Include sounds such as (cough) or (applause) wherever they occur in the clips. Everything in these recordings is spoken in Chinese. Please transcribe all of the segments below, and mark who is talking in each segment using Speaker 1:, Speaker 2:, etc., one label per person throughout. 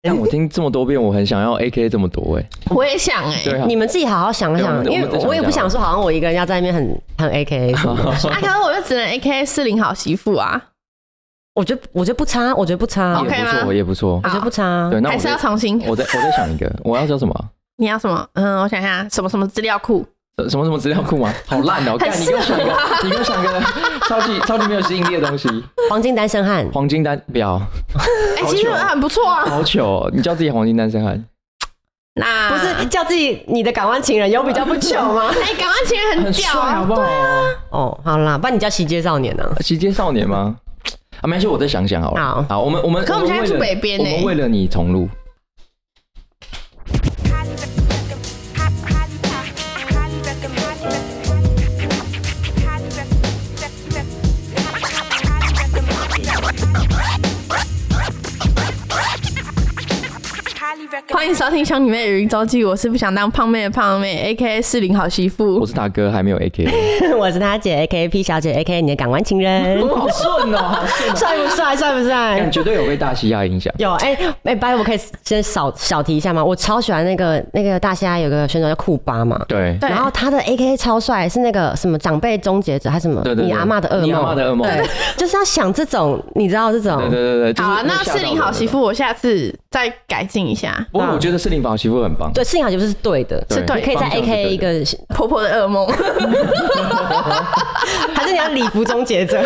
Speaker 1: (laughs) 但我听这么多遍，我很想要 AK 这么多哎、
Speaker 2: (laughs) 我也想哎、
Speaker 1: (laughs) 对啊 (laughs)
Speaker 3: 你们自己好好想
Speaker 1: 对我
Speaker 3: 想，
Speaker 1: 们
Speaker 3: 因为
Speaker 1: 我们再想
Speaker 3: 我也
Speaker 1: 一下
Speaker 3: 不想说，好像我一个人要在那边很很 A K，
Speaker 2: 啊，可是我就只能 A K 四零好媳妇啊，
Speaker 3: 我觉得我觉得不差，我觉得不差，
Speaker 2: OK
Speaker 3: 我
Speaker 1: 也不
Speaker 2: 吗
Speaker 1: 错，也不错。
Speaker 3: 觉得不差。
Speaker 1: 对，那
Speaker 2: 还
Speaker 1: 我
Speaker 2: 是
Speaker 1: 再
Speaker 2: 要重新。
Speaker 1: 我再我再想一个，我要叫什么啊？
Speaker 2: 你要什么？嗯，我想想，什么什么资料库？
Speaker 1: 呃什么什么资料库吗？好烂
Speaker 2: (laughs)
Speaker 1: 哦！干，你给我
Speaker 2: 啊
Speaker 1: 想一个，你给我想一个超级超级没有吸引力的东西。
Speaker 3: 黄金单身汉，
Speaker 1: 黄金单表，
Speaker 2: 哎、其实
Speaker 1: 好糗哦
Speaker 2: 很不错啊。
Speaker 1: 好糗、哦！你叫自己黄金单身汉，
Speaker 2: 那
Speaker 3: 不是叫自己你的港湾情人有比较不糗吗？
Speaker 2: 哎，港湾情人很
Speaker 1: 很帅
Speaker 2: 屌
Speaker 1: 好
Speaker 2: 啊
Speaker 1: 不！好？
Speaker 3: (laughs) 哦，好啦，不然你叫西街少年啊呢？
Speaker 1: 西街少年吗？啊，没关系，我再想想好了。
Speaker 3: 好
Speaker 1: 好，我们我们
Speaker 2: 可我们现在
Speaker 1: 为了
Speaker 2: 住北边呢欸
Speaker 1: 我们为了你重录。
Speaker 2: 欢迎收听《兄弟妹语音周记》，我是不想当胖妹的胖妹，A K 四零好媳
Speaker 1: 我
Speaker 2: 妇。
Speaker 1: 是大哥，还没有 AK，
Speaker 3: (laughs) 我是他姐 A K P 小姐 A K 你的港湾情人，
Speaker 1: (laughs) 好顺哦，好 (laughs) 顺
Speaker 3: (laughs) 帅不帅？帅不帅
Speaker 1: 但？绝对有被大西亚影响。
Speaker 3: 有哎哎，拜、我可以先少少提一下吗？我超喜欢那个那个大虾有个选手叫库巴嘛，
Speaker 1: 对
Speaker 2: 对
Speaker 3: 然后他的 A K 超帅，是那个什么长辈终结者还是什么？
Speaker 1: 对对，
Speaker 3: 你
Speaker 1: 对
Speaker 3: 阿嬷的噩梦，
Speaker 1: 你阿嬷的噩梦。
Speaker 2: 对
Speaker 3: 就是要想这种，你知道这种，
Speaker 1: 对对对对，就是
Speaker 2: 好啊，那
Speaker 1: 会吓到
Speaker 2: 四零好
Speaker 1: 人的
Speaker 2: 媳。妇，我下次再改进
Speaker 1: (laughs)
Speaker 2: 一下。
Speaker 1: 不过我觉得四零好媳妇很棒。
Speaker 3: 对，幸好就是对的，
Speaker 1: 对
Speaker 3: 是对，可以再
Speaker 1: 方向
Speaker 3: A
Speaker 1: 是对
Speaker 3: K
Speaker 1: 的
Speaker 3: (laughs) 一个，
Speaker 2: 婆婆的
Speaker 1: (laughs)
Speaker 2: 噩梦，
Speaker 1: 哦
Speaker 3: 还是你要礼服终结 (laughs) 者？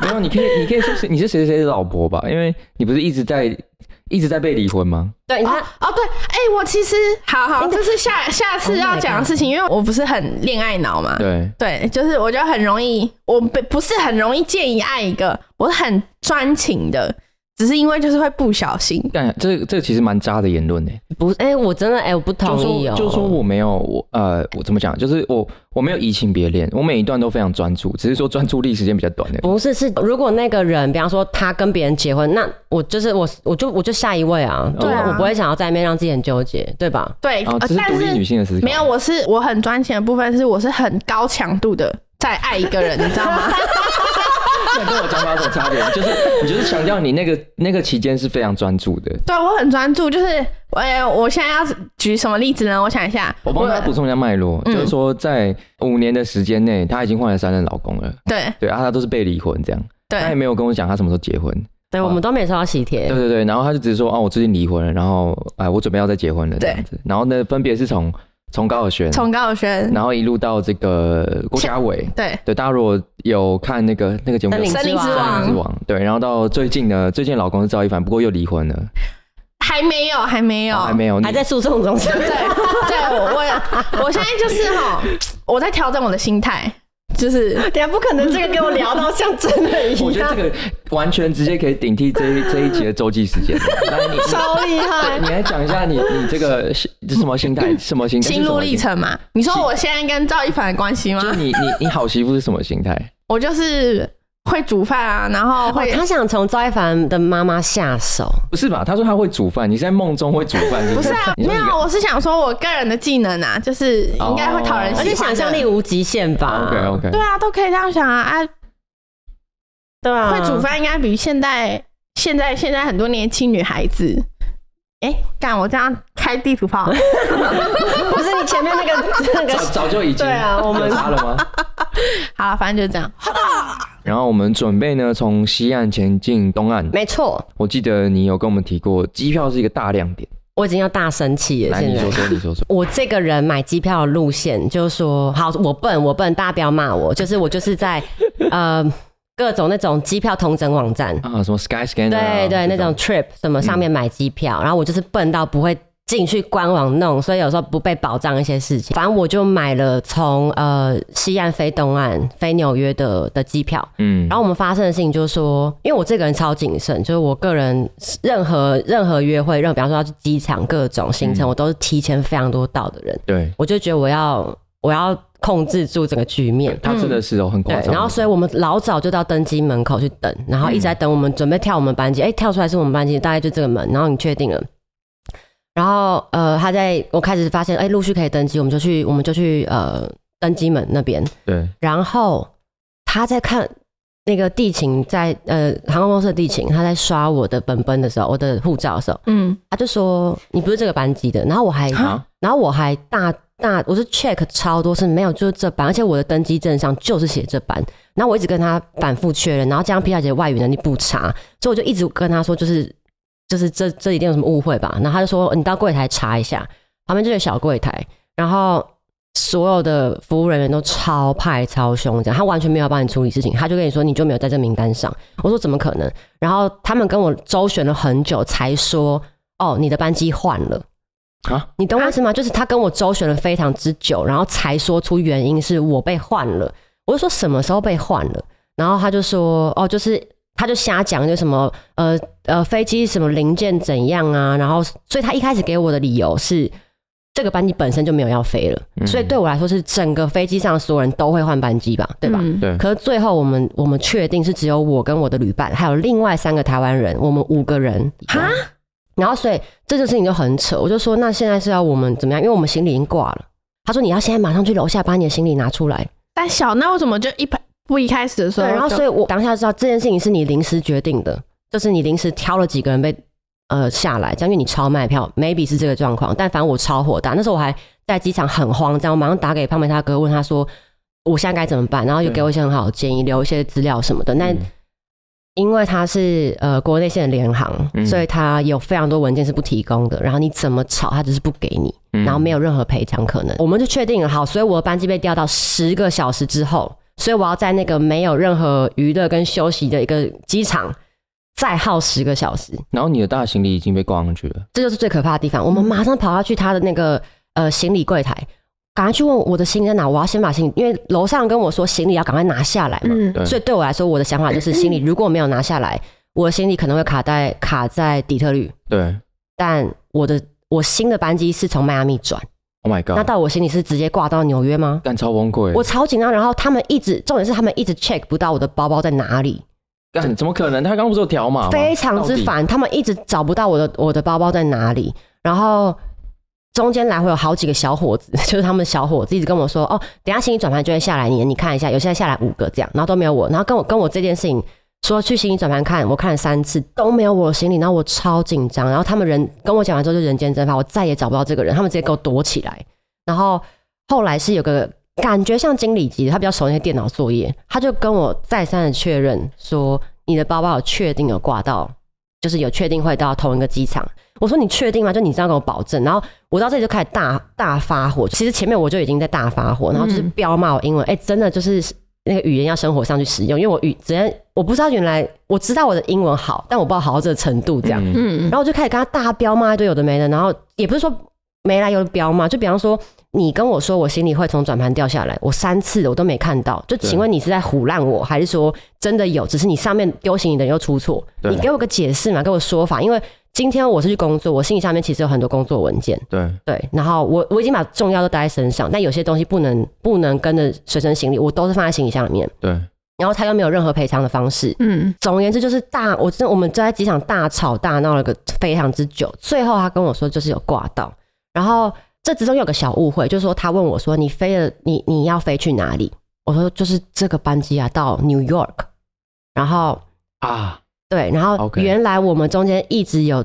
Speaker 1: 没有，你可以，你可以说谁你是谁谁谁的老婆吧，因为你不是一直在一直在被离婚吗？
Speaker 3: 对，你
Speaker 2: 哦
Speaker 3: 看，
Speaker 2: 哦对，哎、我其实好
Speaker 1: 哎
Speaker 2: 好，这是下下次
Speaker 3: Oh my
Speaker 2: 要讲的事情，因为我不是很恋爱脑嘛。
Speaker 1: 对，
Speaker 2: 对，就是我觉得很容易，我不不是很容易建议爱一个，我是很专情的，只是因为就是会不小心。
Speaker 1: 但这这其实蛮渣的言论呢。欸
Speaker 3: 不是，哎、我真的哎、我不
Speaker 1: 就
Speaker 3: 同意哦、
Speaker 1: 说就说我没有我呃，我怎么讲？就是我我没有移情别恋，我每一段都非常专注，只是说专注力时间比较短的。哦
Speaker 3: 不是，是如果那个人，比方说他跟别人结婚，那我就是我，我就我就下一位啊，
Speaker 1: 对啊
Speaker 3: 我我不会想要在那边让自己很纠结，对吧？
Speaker 2: 对，
Speaker 1: 啊，
Speaker 2: 哎呃
Speaker 1: 这是
Speaker 2: 但
Speaker 1: 独立女
Speaker 2: 是
Speaker 1: 性的思考。 (laughs)
Speaker 2: 没有，我是我很专情的部分是我是很高强度的在爱一个人，你知道吗？ (laughs)
Speaker 1: 那跟我讲法有什么差别？就是你就是强调你那个那个期间是非常专注的。
Speaker 2: 对啊我很专注，就是哎、我现在要举什么例子呢？我想一下，
Speaker 1: 我帮他补充一下脉络，就是说在五年的时间内，她已经换了三任老公了。
Speaker 2: 对
Speaker 1: 对啊，她都是被离婚这样，她也
Speaker 2: 对
Speaker 1: 没有跟我讲她什么时候结婚。
Speaker 3: 对，我们都没收到喜帖
Speaker 1: 对，对对，然后她就只是说哦，我最近离婚了，然后哎，我准备要再结婚了这
Speaker 2: 对
Speaker 1: 样子。然后呢，分别是从从高尔轩，
Speaker 2: 从高晓轩，
Speaker 1: 然后一路到这个郭家伟。
Speaker 2: 对
Speaker 1: 对，大家如果有看那个那个节目叫《
Speaker 3: 森
Speaker 2: 森
Speaker 3: 林
Speaker 2: 林
Speaker 3: 之
Speaker 2: 之
Speaker 3: 王
Speaker 1: 森林之
Speaker 2: 王
Speaker 1: 王》，对，然后到最近呢，最近老公是赵一凡，不过又离婚了，
Speaker 2: 还没有，还没有，
Speaker 1: 哦还没有，
Speaker 3: 还在诉讼中。
Speaker 2: 对对，我我我现在就是哈，我在调整我的心态，就是
Speaker 3: 等下不可能，这个给我聊到像真的一
Speaker 1: 我觉得这个完全直接可以顶替这一这一集的周记时间。来，你
Speaker 3: (laughs) 超厉
Speaker 1: 对，你来讲一下你你这个是这什么心态，什么心态，
Speaker 2: 心路历程嘛。你说我现在跟赵一凡的关系吗
Speaker 1: 是什么心态。就？你你你好媳妇是什么心态？
Speaker 2: 我就是会煮饭啊，然后
Speaker 3: 哦
Speaker 2: 会，
Speaker 3: (laughs) 他想从赵一凡的妈妈下手，
Speaker 1: 不是吧？他说他会煮饭，你是在梦中会煮饭？不
Speaker 2: 不是啊，
Speaker 1: 你
Speaker 2: 没
Speaker 1: 说你
Speaker 2: 有，我是想说我个人的技能啊，就是应该会讨人喜欢
Speaker 1: 哦
Speaker 2: 的，
Speaker 3: 而且想象力无极限吧
Speaker 1: OK OK，
Speaker 2: 对啊，都可以这样想啊啊，
Speaker 3: 对啊，
Speaker 2: 会煮饭应该比现在现在现在很多年轻女孩子。哎、干我这样开地图
Speaker 3: (laughs)
Speaker 2: 炮，
Speaker 3: (laughs) 不是你前面那个 (laughs)
Speaker 1: 早
Speaker 3: 那个
Speaker 1: 早就已经
Speaker 3: 对啊我们
Speaker 1: 有差了吗？
Speaker 2: 好了，反正就是这样。
Speaker 1: 然后我们准备呢，从西岸前进东岸。
Speaker 3: 没错，
Speaker 1: 我记得你有跟我们提过，机票是一个大亮点。
Speaker 3: 我已经要大生气了，
Speaker 1: 来，
Speaker 3: 现
Speaker 1: 你
Speaker 3: 在
Speaker 1: 说。说，你说说。
Speaker 3: 我这个人买机票的路线，就是说，好，我笨，我笨，大家不要骂我，就是我就是在呃各种那种机票同整网站，
Speaker 1: 啊，什么 Sky Scanner？啊
Speaker 3: 对对，那
Speaker 1: 这嗯
Speaker 3: 种 trip 什么上面买机票，然后我就是笨到不会进去官网弄，所以有时候不被保障一些事情。反正我就买了从呃西岸飞东岸飞纽约的的机票，
Speaker 1: 嗯，
Speaker 3: 然后我们发生的事情就是说，因为我这个人超谨慎，就是我个人任何任何约会，任何比方说要去机场各种行
Speaker 1: 嗯
Speaker 3: 程，我都是提前非常多到的人。
Speaker 1: 对，
Speaker 3: 我就觉得我要我要控制住整个局面。
Speaker 1: 他真的是哦，很
Speaker 3: 嗯对
Speaker 1: 夸，张。
Speaker 3: 然后所以我们老早就到登机门口去等，然后一直在等我们准备跳我们班级，哎、跳出来是我们班级，大概就这个门，然后你确定了，然后呃，他在我开始发现，哎、陆续可以登机，我们就去我们就去呃登机门那边，
Speaker 1: 对，
Speaker 3: 然后他在看那个地勤在呃航空公司的地勤，他在刷我的本本的时候，我的护照的时候，
Speaker 2: 嗯，
Speaker 3: 他就说你不是这个班级的，然后我还
Speaker 1: 啊，
Speaker 3: 然后我还大大，我是 check 超多次，没有就是这班，而且我的登机证上就是写这班。然后我一直跟他反复确认，然后加上 P 小姐外语能力不差，所以我就一直跟他说，就是就是这这一定有什么误会吧。然后他就说你到柜台查一下，旁边就是小柜台，然后所有的服务人员都超派超凶，这样他完全没有帮你处理事情，他就跟你说你就没有在这名单上。我说怎么可能？然后他们跟我周旋了很久，才说哦你的班机换了。
Speaker 1: 啊，
Speaker 3: 你懂我意思吗？就是他跟我周旋了非常之久，然后才说出原因是我被换了。我就说什么时候被换了，然后他就说哦，就是他就瞎讲，就什么呃呃飞机什么零件怎样啊，然后所以他一开始给我的理由是这个班机本身就没有要飞了，
Speaker 1: 嗯
Speaker 3: 所以对我来说是整个飞机上所有人都会换班机吧，对吧？
Speaker 2: 嗯
Speaker 1: 对，
Speaker 3: 可是最后我们我们确定是只有我跟我的旅伴，还有另外三个台湾人，我们五个人
Speaker 2: 哈，
Speaker 3: 然后所以这件事情就很扯，我就说那现在是要我们怎么样？因为我们行李已经挂了。他说你要现在马上去楼下把你的行李拿出来。
Speaker 2: 但小那我怎么就一拍不一开始的时
Speaker 3: 对，
Speaker 2: 候就，
Speaker 3: 然后所以我当下知道这件事情是你临时决定的，就是你临时挑了几个人被呃下来，这样因为你超卖票，maybe 是这个状况。但反正我超火大，那时候我还在机场很慌张，我马上打给胖妹他哥问他说我现在该怎么办，然后又给我一些很好的建议，留一些资料什么的。但
Speaker 1: 嗯
Speaker 3: 因为它是呃国内线的联航，
Speaker 1: 嗯
Speaker 3: 所以它有非常多文件是不提供的。然后你怎么吵，它就是不给你，
Speaker 1: 嗯
Speaker 3: 然后没有任何赔偿可能。我们就确定了，好，所以我的班机被调到十个小时之后，所以我要在那个没有任何娱乐跟休息的一个机场再耗十个小时，
Speaker 1: 然后你的大行李已经被挂上去了，
Speaker 3: 这就是最可怕的地
Speaker 1: 嗯
Speaker 3: 方。我们马上跑下去他的那个呃行李柜台，赶快去问我的行李在哪，我要先把行李，因为楼上跟我说行李要赶快拿下来嘛。
Speaker 2: 嗯，
Speaker 1: 对，
Speaker 3: 所以对我来说，我的想法就是，行李如果没有拿下来，我的行李可能会卡在卡在底特律，
Speaker 1: 对
Speaker 3: 但我的我新的班机是从迈阿密转，
Speaker 1: ，Oh my
Speaker 3: 那
Speaker 1: god，
Speaker 3: 到我行李是直接挂到纽约吗？
Speaker 1: 干超崩溃，
Speaker 3: 我超紧张，然后他们一直，重点是他们一直 check 不到我的包包在哪里，
Speaker 1: 干怎么可能？他刚刚不是有条码吗？
Speaker 3: 非常之烦，他们一直找不到我的我的包包在哪里，然后。中间来回有好几个小伙子， (laughs) 就是他们小伙子一直跟我说：“哦，等一下行李转盘就会下来你，你看一下，有现在下来五个这样，然后都没有我，然后跟我跟我这件事情说去行李转盘看，我看了三次都没有我的行李，然后我超紧张，然后他们人跟我讲完之后就人间蒸发，我再也找不到这个人，他们直接给我躲起来，然后后来是有个感觉像经理级的，他比较熟那些电脑作业，他就跟我再三的确认说你的包包有确定有挂到，就是有确定会到同一个机场。我说你确定吗？就你这样跟我保证。然后我到这里就开始大大发火，其实前面我就已经在大发火，然后就是
Speaker 2: 嗯
Speaker 3: 彪骂我英文，哎、真的就是那个语言要生活上去使用，因为我语只能我不知道原来我知道我的英文好，但我不知道好到这个程度这样。
Speaker 1: 嗯
Speaker 2: 嗯
Speaker 3: 然后我就开始跟他大彪骂一堆有的没的，然后也不是说没来由的彪骂，就比方说你跟我说我行李会从转盘掉下来，我三次了我都没看到，就
Speaker 1: 对
Speaker 3: 请问你是在唬烂我，还是说真的有？只是你上面丢行李的人又出错，
Speaker 1: 对
Speaker 3: 你给我个解释嘛，给我说法，因为今天我是去工作，我行李下面其实有很多工作文件，
Speaker 1: 对，
Speaker 3: 对，然后我我已经把重要都带在身上，但有些东西不能不能跟着随身行李，我都是放在行李箱里面，
Speaker 1: 对，
Speaker 3: 然后他又没有任何赔偿的方式，
Speaker 2: 嗯，
Speaker 3: 总而言之，就是大，我真的我们就在机场大吵大闹了个非常之久。最后他跟我说，就是有挂到，然后这之中有个小误会，就是说他问我说：“你飞了，你你要飞去哪里？”我说：“就是这个班机啊，到 New York。”然后
Speaker 1: 啊，
Speaker 3: 对，然后
Speaker 1: OK
Speaker 3: 原来我们中间一直有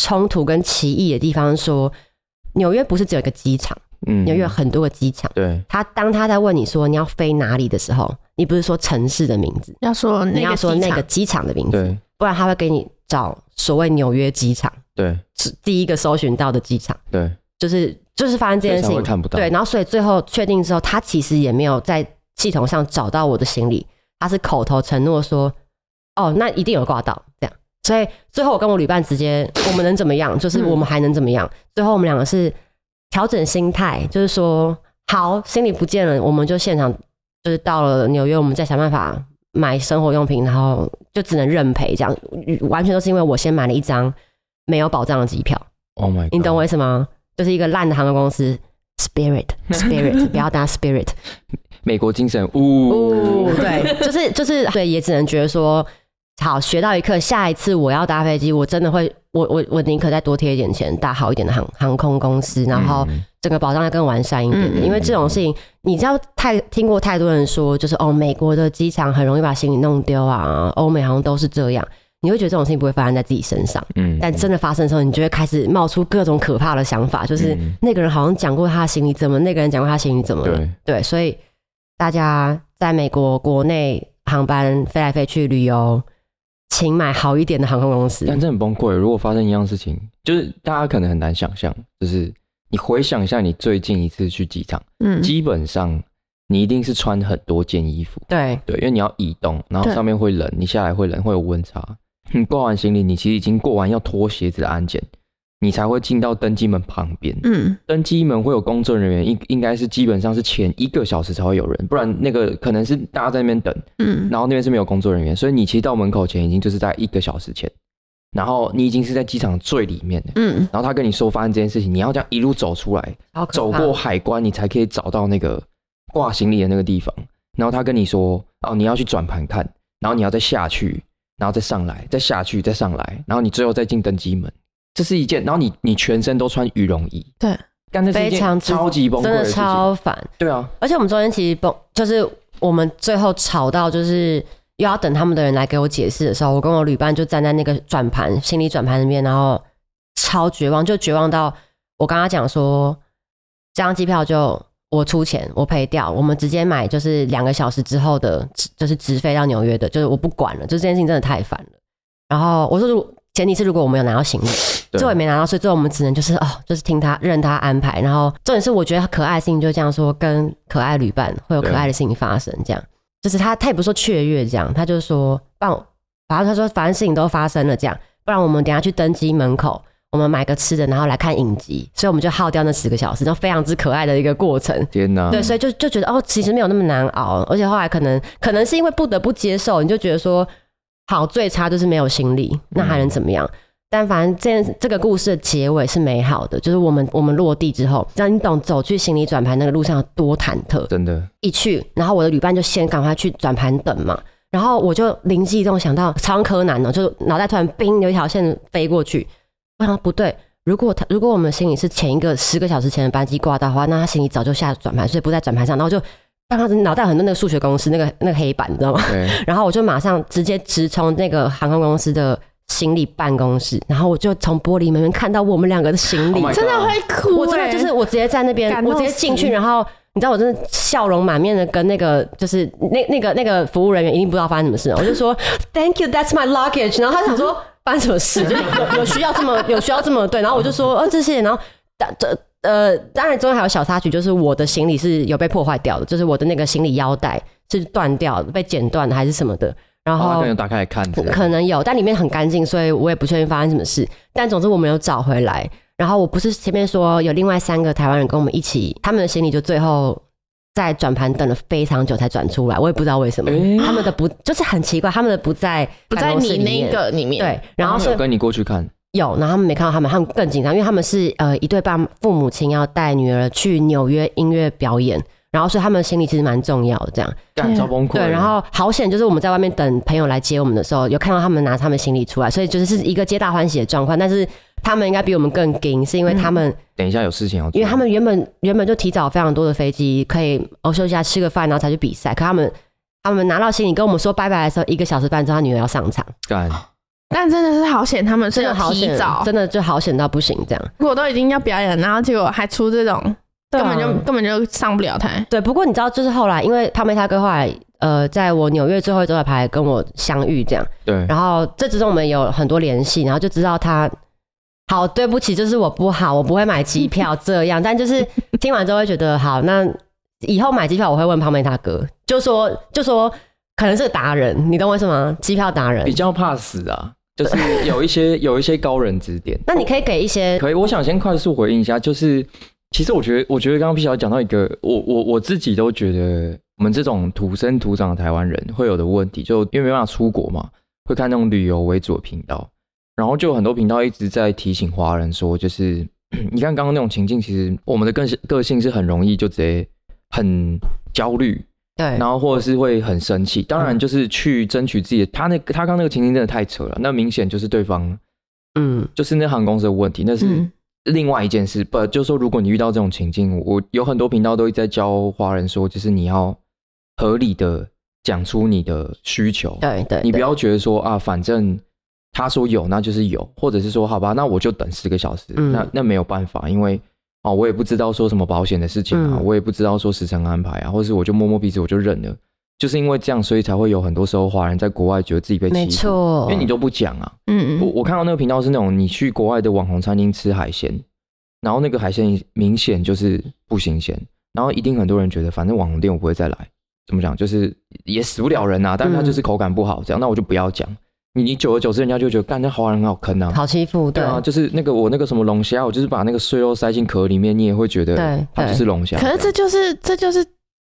Speaker 3: 冲突跟歧义的地方说纽约不是只有一个机场，
Speaker 1: 嗯，
Speaker 3: 纽约有很多个机场。
Speaker 1: 对，
Speaker 3: 他当他在问你说你要飞哪里的时候，你不是说城市的名字，
Speaker 2: 要说那
Speaker 3: 你要
Speaker 2: 个
Speaker 3: 说
Speaker 2: 机
Speaker 3: 那
Speaker 2: 场
Speaker 3: 个机场的名字。
Speaker 1: 对，
Speaker 3: 不然他会给你找所谓纽约机场，
Speaker 1: 对，
Speaker 3: 是第一个搜寻到的机场，
Speaker 1: 对，
Speaker 3: 就是就是发生这件事
Speaker 1: 所以才会
Speaker 3: 情，
Speaker 1: 看不到，
Speaker 3: 对，然后所以最后确定之后，他其实也没有在系统上找到我的行李，他是口头承诺说，哦，那一定有挂到这样，所以最后我跟我旅伴直接，我们能怎么样？就是我们还能怎么样？最后我们两个是调整心态，就是说，好，行李不见了，我们就现场就是到了纽约，我们再想办法买生活用品，然后就只能认赔这样，完全都是因为我先买了一张没有保障的机票。
Speaker 1: ，Oh my，
Speaker 3: 你
Speaker 1: (laughs)
Speaker 3: 懂我，意思吗？就是一个烂的航空公司，Spirit Spirit，不要搭 Spirit。
Speaker 1: (laughs) 美国精神，呜，
Speaker 2: 嗯
Speaker 3: 哦，对，就是就是对，也只能觉得说好学到一课，下一次我要搭飞机，我真的会，我我我宁可再多贴一点钱搭好一点的航航空公司，然后
Speaker 1: 嗯
Speaker 3: 整个保障要更完善一点
Speaker 2: 嗯
Speaker 3: 因为这种事情，你知道太听过太多人说，就是哦，美国的机场很容易把行李弄丢啊，欧美好像都是这样，你会觉得这种事情不会发生在自己身上，
Speaker 1: 嗯
Speaker 3: 但真的发生的时候，你就会开始冒出各种可怕的想法，就是
Speaker 1: 嗯
Speaker 3: 那个人好像讲过他的行李怎么，那个人讲过他行李怎么了，
Speaker 1: 对，
Speaker 3: 对，所以大家在美国国内航班飞来飞去旅游，请买好一点的航空公司。
Speaker 1: 但这很崩溃。如果发生一样事情，就是大家可能很难想象，就是你回想一下你最近一次去机场，
Speaker 2: (laughs) 嗯
Speaker 1: 基本上你一定是穿很多件衣服，
Speaker 3: 对
Speaker 1: 对，因为你要移动，然后
Speaker 2: 对
Speaker 1: 上面会冷，你下来会冷，会有温差。你挂完行李，你其实已经过完要脱鞋子的安检，你才会进到登机门旁边。
Speaker 2: 嗯
Speaker 1: (laughs) 登机门会有工作人员，应应该是基本上是前一个小时才会有人，不然那个可能是大家在那边等，
Speaker 2: 嗯
Speaker 1: 然后那边是没有工作人员，所以你其实到门口前已经就是在一个小时前，然后你已经是在机场最里面的，
Speaker 2: 嗯
Speaker 1: 然后他跟你说发生这件事情，你要这样一路走出来，
Speaker 3: 好可
Speaker 1: 走
Speaker 3: 怕
Speaker 1: 过海关，你才可以找到那个挂行李的那个地方。然后他跟你说，哦，你要去转盘看，然后你要再下去，然后再上来，再下去，再上来，然后你最后再进登机门。这是一件，然后你你全身都穿羽绒衣，
Speaker 2: 对，
Speaker 1: 干这是一
Speaker 3: 非
Speaker 1: 件
Speaker 3: 常之
Speaker 1: 超级崩溃
Speaker 3: 真的
Speaker 1: 事情，
Speaker 3: 超烦。
Speaker 1: 对啊，
Speaker 3: 而且我们中间其实崩，就是我们最后吵到就是。又要等他们的人来给我解释的时候，我跟我旅伴就站在那个转盘行李转盘那边，然后超绝望，就绝望到我跟他讲说，这张机票就我出钱，我赔掉，我们直接买就是两个小时之后的，就是直飞到纽约的，就是我不管了，就这件事情真的太烦了。然后我说如果，前提是如果我没有拿到行李，
Speaker 1: 对啊
Speaker 3: 最后也没拿到，所以最后我们只能就是哦，就是听他任他安排。然后重点是，我觉得可爱的事情就这样说，跟可爱旅伴会有可爱的事情发生，这样就是他他也不是说雀跃这样，他就说帮我，反正他说反正事情都发生了这样，不然我们等一下去登机门口。我们买个吃的，然后来看影集，所以我们就耗掉那十个小时，就非常之可爱的一个过程。
Speaker 1: 天哪，
Speaker 3: 对，所以就就觉得哦，其实没有那么难熬，而且后来可能可能是因为不得不接受，你就觉得说，好，最差就是没有行李，那还能怎么样？但反正这件这个故事的结尾是美好的，就是我们我们落地之后，让你懂走去行李转盘那个路上有多忐忑。
Speaker 1: 真的，
Speaker 3: 一去，然后我的旅伴就先赶快去转盘等嘛，然后我就灵机一动想到超像柯南哦，就是脑袋突然冰有一条线飞过去，我想不对，如果他如果我们行李是前一个十个小时前的班机挂到的话，那他行李早就下转盘，所以不在转盘上，然后就让他的脑袋很多那个数学公式那个那个黑板，你知道吗？ (laughs)
Speaker 1: 对，
Speaker 3: 然后我就马上直接直冲那个航空公司的行李办公室，然后我就从玻璃门面看到我们两个的行李
Speaker 1: Oh my
Speaker 2: 真的会哭、欸，
Speaker 3: 我真的就是我直接在那边
Speaker 2: 感，动
Speaker 3: 我直接进去，然后你知道我真的笑容满面的跟那个就是那那个那个服务人员一定不知道发生什么事，我
Speaker 2: (laughs)
Speaker 3: 就说 Thank you, that's my luggage。然后他想说发生什么事， (laughs) 就是有有需要这么有需要这么对，然后我就说哦这些，然后当这。呃，当然中间还有小插曲，就是我的行李是有被破坏掉的，就是我的那个行李腰带是断掉的，被剪断的还是什么的。然
Speaker 1: 然
Speaker 3: 后
Speaker 1: 后可能打开来看之类的，
Speaker 3: 可能有，但里面很干净，所以我也不确定发生什么事。但总之我们有找回来。然后我不是前面说有另外三个台湾人跟我们一起，他们的行李就最后在转盘等了非常久才转出来，我也不知道为什么。
Speaker 1: 诶
Speaker 3: 他们的不就是很奇怪，他们的不在
Speaker 2: 不在
Speaker 3: 办公室
Speaker 2: 你
Speaker 3: 里
Speaker 2: 那
Speaker 3: 面
Speaker 2: 个里面，
Speaker 3: 对，然后
Speaker 1: 他们
Speaker 3: 所以
Speaker 1: 有跟你过去看，
Speaker 3: 有，然后他们没看到他们，他们更紧张，因为他们是呃一对爸父母亲要带女儿去纽约音乐表演，然后所以他们的行李其实蛮重要的这样。
Speaker 1: 干超崩溃，
Speaker 3: 对，然后好险，就是我们在外面等朋友来接我们的时候，有看到他们拿他们行李出来，所以就是是一个皆大欢喜的状况。但是他们应该比我们更紧，是因为他们，
Speaker 1: 等一下有事情要做，
Speaker 3: 因为他们原本原本就提早非常多的飞机，可以哦休息一下吃个饭，然后才去比赛。可他们他们拿到行李跟我们说拜拜的时候，一个小时半之后，他女儿要上场，
Speaker 1: 干
Speaker 2: 但真的是好险，他们是
Speaker 3: 真
Speaker 2: 有
Speaker 3: 的好
Speaker 2: 提
Speaker 3: 险
Speaker 2: 早，，
Speaker 3: 真的就好险到不行这样。
Speaker 2: 我都已经要表演，然后结果还出这种，根
Speaker 3: 啊
Speaker 2: 本就根本就上不了台。
Speaker 3: 对，不过你知道，就是后来因为胖妹他哥后来呃，在我纽约最后一周的牌跟我相遇这样。
Speaker 1: 对，
Speaker 3: 然后这之中我们有很多联系，然后就知道他。好，对不起，就是我不好，我不会买机票这样。 (laughs) 但就是听完之后会觉得，好，那以后买机票我会问旁边大哥，就说就说可能是达人，你懂我意思吗？机票达人
Speaker 1: 比，较怕死啊，就是有一些 (laughs) 有一些高人指点。
Speaker 3: 那你可以给一些
Speaker 1: 可以，我想先快速回应一下，就是其实我觉得，我觉得刚刚皮小姐讲到一个，我我我自己都觉得，我们这种土生土长的台湾人会有的问题，就因为没办法出国嘛，会看那种旅游为主的频道，然后就有很多频道一直在提醒华人说，就是 (clears throat) 你看刚刚那种情境，其实我们的个性个性是很容易就直接很焦虑，
Speaker 3: 对
Speaker 1: 然，后或者是会很生气。当然，就是去争取自己的。他那他刚那个情境真的太扯了，那明显就是对方
Speaker 3: 嗯，
Speaker 1: 就是那航空公司的问题，那是
Speaker 2: 嗯，
Speaker 1: 另外一件事。不，就是说如果你遇到这种情境，我有很多频道都一直在教华人说，就是你要合理的讲出你的需求，
Speaker 3: 对对，
Speaker 1: 你不
Speaker 3: 对
Speaker 1: 要觉得说啊，反正他说有，那就是有，或者是说好吧，那我就等十个小时，
Speaker 3: 嗯
Speaker 1: 那那没有办法，因为哦，我也不知道说什么保险的事情啊，
Speaker 3: 嗯
Speaker 1: 我也不知道说时程安排啊，或是我就摸摸鼻子我就认了，就是因为这样，所以才会有很多时候华人在国外觉得自己被
Speaker 3: 没
Speaker 1: 欺负，
Speaker 3: 错，
Speaker 1: 因为你都不讲啊。
Speaker 2: 嗯
Speaker 1: 我
Speaker 2: 嗯，
Speaker 1: 我看到那个频道是那种你去国外的网红餐厅吃海鲜，然后那个海鲜明显就是不新鲜，然后一定很多人觉得反正网红店我不会再来，怎么讲就是也死不了人呐、啊，但是他就是口感不好这样，那我就不要讲。你你久而久之人家就觉得干这华人很好坑啊，
Speaker 3: 好欺负，对
Speaker 1: 对啊，就是那个我那个什么龙虾，我就是把那个碎肉塞进壳里面，你也会觉得
Speaker 3: 对
Speaker 1: 啊它就
Speaker 3: 对
Speaker 1: 是龙虾样。
Speaker 2: 嗯可是这就是这就是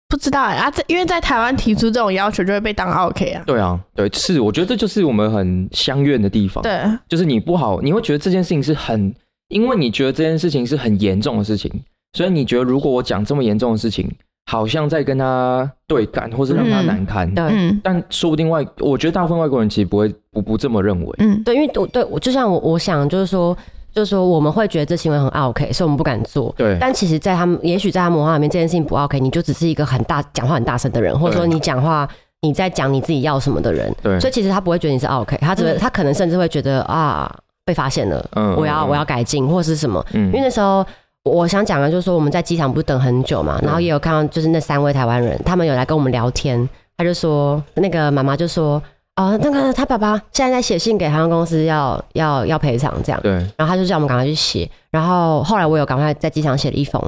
Speaker 2: 不知道哎、啊，这因为在台湾提出这种要求就会被当 OK 啊，
Speaker 1: 对啊，对，是我觉得这就是我们很相怨的地方。
Speaker 2: 对，
Speaker 1: 就是你不好，你会觉得这件事情是很，因为你觉得这件事情是很严重的事情，所以你觉得如果我讲这么严重的事情，好像在跟他对干，或是让他难堪。
Speaker 3: 对
Speaker 2: 嗯
Speaker 1: 但说不定外，我觉得大部分外国人其实不会不不这么认为。
Speaker 2: 嗯，
Speaker 3: 对，因为我对我就像我我想就是说，就是说我们会觉得这行为很 OK，所以我们不敢做。
Speaker 1: 对，
Speaker 3: 但其实，在他们也许在他们文化里面，这件事情不 OK，你就只是一个很大讲话很大声的人，或者说
Speaker 1: 对
Speaker 3: 你讲话你在讲你自己要什么的人，
Speaker 1: 对
Speaker 3: 所以其实他不会觉得你是 OK，他只会、
Speaker 2: 嗯
Speaker 3: 他可能甚至会觉得啊被发现了，
Speaker 1: 嗯
Speaker 3: 我要我要，改进或是什么。
Speaker 1: 嗯
Speaker 3: 因为那时候我想讲的就是说我们在机场不是等很久嘛，
Speaker 1: 对
Speaker 3: 然后也有看到就是那三位台湾人，他们有来跟我们聊天，他就说那个妈妈就说哦那个他爸爸现在在写信给航空公司要要要赔偿这样。
Speaker 1: 对，
Speaker 3: 然后他就叫我们赶快去写。然后后来我有赶快在机场写了一封，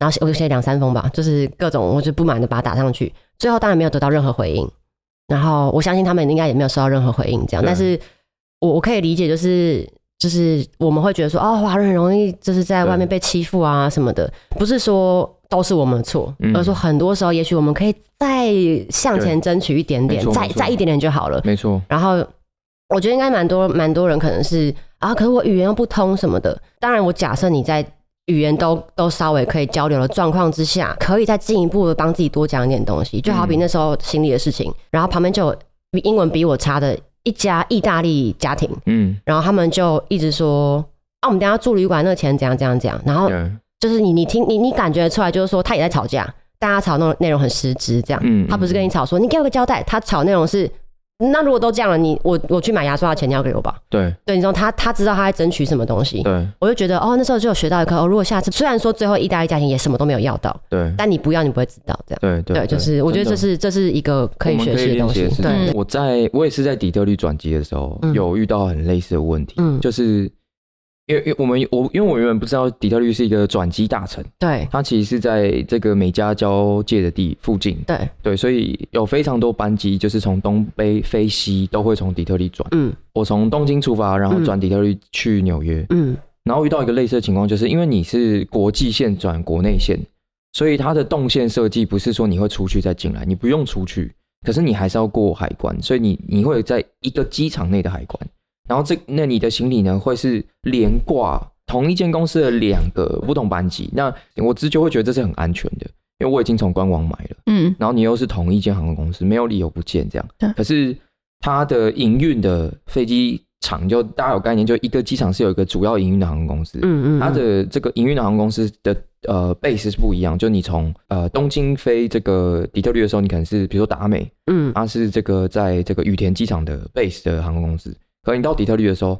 Speaker 3: 然后写我就写两三封吧，就是各种我就不满的把它打上去。最后当然没有得到任何回应，然后我相信他们应该也没有收到任何回应，这样。
Speaker 1: 对
Speaker 3: 但是我我可以理解，就是就是我们会觉得说，哦，华人很容易就是在外面被欺负啊什么的，不是说。都是我们的错，
Speaker 1: 嗯
Speaker 3: 而是说很多时候，也许我们可以再向前争取一点
Speaker 1: 没，
Speaker 3: 点
Speaker 1: 错
Speaker 3: 再
Speaker 1: 没错
Speaker 3: 再一点点就好了。
Speaker 1: 没错，
Speaker 3: 然后我觉得应该蛮多蛮多人可能是啊，可是我语言又不通什么的。当然，我假设你在语言都都稍微可以交流的状况之下，可以再进一步的帮自己多讲一点东西。就好比那时候心里的事情，然后旁边就有比英文比我差的一家意大利家庭，
Speaker 1: 嗯，
Speaker 3: 然后他们就一直说。啊，我们等一下住旅馆那个钱怎样怎样怎样，然后
Speaker 1: 对，
Speaker 3: 就是你你听你你感觉得出来，就是说他也在吵架，大家吵那种内容很实质这样。
Speaker 1: 嗯，
Speaker 3: 他不是跟你吵说你给我个交代，他吵内容是，那如果都这样了，你我我去买牙刷的钱你要给我吧？
Speaker 1: 对
Speaker 3: 对，你知道他他知道他在争取什么东西，
Speaker 1: 对
Speaker 3: 我就觉得哦，那时候就有学到一课哦。如果下次虽然说最后意大利家庭也什么都没有要到，
Speaker 1: 对
Speaker 3: 但你不要你不会知道这样。
Speaker 1: 对
Speaker 3: 对，就是我觉得这是这是一个可以学习的东西。
Speaker 1: 对，
Speaker 3: 对，
Speaker 1: 我在我也是在底特律转机的时候、
Speaker 3: 嗯
Speaker 1: 有遇到很类似的问题，
Speaker 3: 嗯
Speaker 1: 就是因为因为我们我因为我原本不知道底特律是一个转机大城，
Speaker 3: 对
Speaker 1: 它其实是在这个美加交界的地附近，
Speaker 3: 对，
Speaker 1: 对，所以有非常多班机就是从东北飞西都会从底特律转。
Speaker 3: 嗯
Speaker 1: 我从东京出发，然后转底特律去纽约，
Speaker 3: 嗯
Speaker 1: 然后遇到一个类似的情况，就是因为你是国际线转国内线，所以它的动线设计不是说你会出去再进来，你不用出去，可是你还是要过海关，所以你你会在一个机场内的海关，然后这那你的行李呢会是连挂同一间公司的两个不同班机，那我自就会觉得这是很安全的，因为我已经从官网买了。
Speaker 2: 嗯
Speaker 1: 然后你又是同一间航空公司，没有理由不见这
Speaker 2: 对
Speaker 3: 嗯
Speaker 1: 样。可是它的营运的飞机场就大家有概念，就一个机场是有一个主要营运的航空公司，
Speaker 3: 嗯嗯，
Speaker 1: 它的这个营运的航空公司的呃 base 是不一样。就你从呃东京飞这个底特律的时候，你可能是比如说达美，
Speaker 3: 嗯
Speaker 1: 它是这个在这个羽田机场的 base 的航空公司，可你到底特律的时候，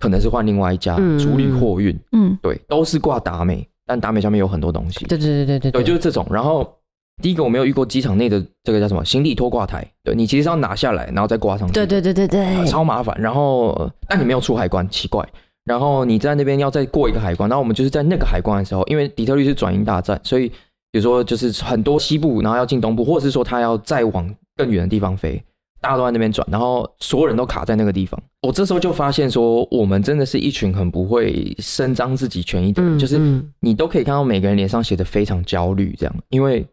Speaker 1: 可能是换另外一家
Speaker 3: 嗯
Speaker 1: 处理货运，
Speaker 2: 嗯
Speaker 1: 对，都是挂达美，但达美下面有很多东西，
Speaker 3: 对对对对
Speaker 1: 对，就是这种。然后第一个我没有遇过机场内的这个叫什么行李拖挂台，对你其实是要拿下来，然后再挂上去，
Speaker 3: 对对对对
Speaker 1: 呃
Speaker 3: 对，
Speaker 1: 超麻烦。然后呃但你没有出海关，奇怪。然后你在那边要再过一个海关，然后我们就是在那个海关的时候，因为底特律是转运大战，所以比如说就是很多西部，然后要进东部，或者是说他要再往更远的地方飞，大家都在那边转，然后所有人都卡在那个地方。我这时候就发现说，我们真的是一群很不会伸张自己权益的人，就是
Speaker 3: 嗯
Speaker 1: 你都可以看到每个人脸上写的非常焦虑，这样，因为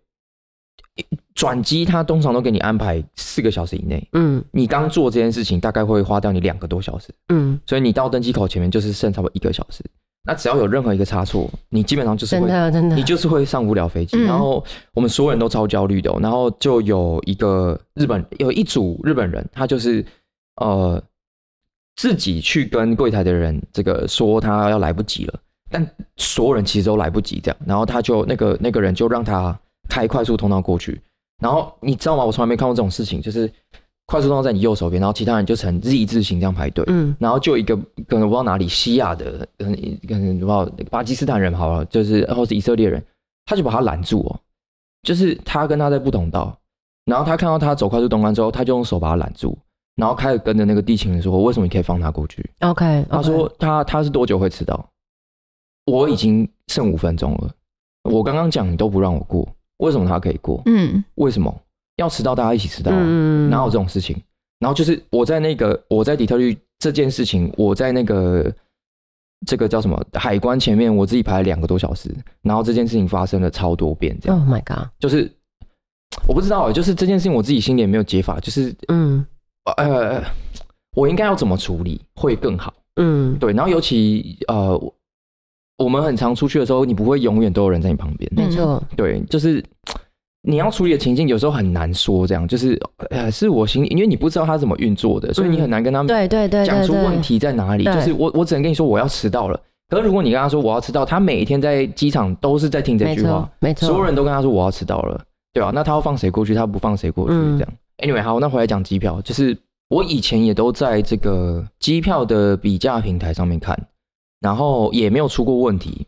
Speaker 1: 转机它通常都给你安排四个小时以内，
Speaker 3: 嗯
Speaker 1: 你刚做这件事情大概会花掉你两个多小时，
Speaker 3: 嗯
Speaker 1: 所以你到登机口前面就是剩差不多一个小时。那只要有任何一个差错，你基本上就是
Speaker 3: 真
Speaker 1: 会
Speaker 3: 的真的
Speaker 1: 你，就是会上不了飞机。
Speaker 2: 嗯
Speaker 1: 然后我们所有人都超焦虑的哦、然后就有一个日本有一组日本人，他就是呃自己去跟柜台的人这个说他要来不及了，但所有人其实都来不及这样。然后他就那个那个人就让他开快速通道过去。然后你知道吗？我从来没看过这种事情，就是快速通道在你右手边，然后其他人就呈 Z 字形这样排队。
Speaker 3: 嗯，
Speaker 1: 然后就一个可能我不知道哪里西亚的，可能可能不知道巴基斯坦人好了，就是或是以色列人，他就把他拦住哦，就是他跟他在不同道，然后他看到他走快速通关之后，他就用手把他拦住，然后开始跟着那个地勤人说：“为什么你可以放他过去？”
Speaker 3: OK，
Speaker 1: 他说他他是多久会迟到？我已经剩五分钟了，我刚刚讲你都不让我过，为什么他可以过？
Speaker 2: 嗯，
Speaker 1: 为什么要迟到？大家一起迟到、啊。
Speaker 3: 嗯
Speaker 1: 哪有这种事情？然后就是我在那个我在底特律这件事情，我在那个这个叫什么海关前面，我自己排了两个多小时，然后这件事情发生了超多遍，这样、
Speaker 3: ？Oh my god，
Speaker 1: 就是我不知道欸，就是这件事情我自己心里也没有解法，就是
Speaker 3: 嗯
Speaker 1: 呃，我应该要怎么处理会更好？
Speaker 3: 嗯，
Speaker 1: 对，然后尤其呃，我我们很常出去的时候，你不会永远都有人在你旁边，
Speaker 3: 没错，
Speaker 1: 对，就是你要处理的情境有时候很难说，这样就是呃，是我心里，因为你不知道他怎么运作的，所以你很难跟他们
Speaker 3: 嗯对对对
Speaker 1: 嗯讲
Speaker 3: 对
Speaker 1: 出问
Speaker 3: 对，
Speaker 1: 题在哪里。
Speaker 3: 对
Speaker 1: 就是我我只能跟你说我要迟到了，可是如果你跟他说我要迟到，他每一天在机场都是在听这
Speaker 3: 没
Speaker 1: 句话
Speaker 3: 错，没
Speaker 1: 所有
Speaker 3: 错，
Speaker 1: 人都跟他说我要迟到了，对吧、那他要放谁过去，他不放谁过去，
Speaker 3: 嗯
Speaker 1: 这样。Anyway，好，那回来讲机票，就是我以前也都在这个机票的比价平台上面看，然后也没有出过问题，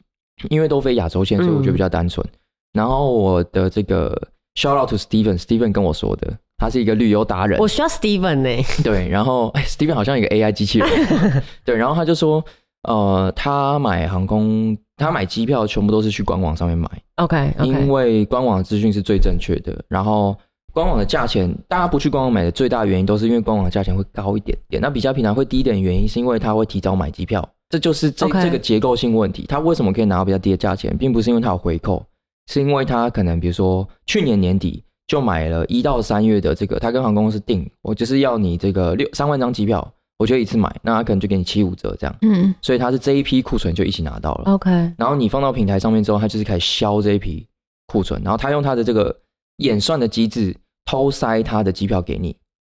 Speaker 1: 因为都飞亚洲
Speaker 3: 嗯
Speaker 1: 线，所以我觉得比较单纯。然后我的这个 shout out to Steven，Steven 跟我说的，他是一个旅游达人
Speaker 3: 我，需要 Steven 呢、 (laughs)
Speaker 1: 对，然后哎，Steven 好像有一个 AI 机器人，对，然后他就说，呃，他买航空，他买机票全部都是去官网上面买。
Speaker 3: OK
Speaker 1: 因
Speaker 3: OK，
Speaker 1: 为官网的资讯是最正确的。然后官网的价钱，大家不去官网买的最大原因，都是因为官网的价钱会高一点点。那比价平台会低一点，原因是因为它会提早买机票，这就是这
Speaker 3: OK
Speaker 1: 这个结构性问题。它为什么可以拿到比较低的价钱，并不是因为它有回扣，是因为它可能比如说去年年底。就买了一到三月的这个，他跟航空公司订，我就是要你这个六三万张机票，我就一次买，那他可能就给你七五折这样，
Speaker 2: 嗯
Speaker 1: 所以他是这一批库存就一起拿到了。
Speaker 3: OK，
Speaker 1: 然后你放到平台上面之后，它就是开始销这一批库存，然后它用它的这个演算的机制偷塞它的机票给你，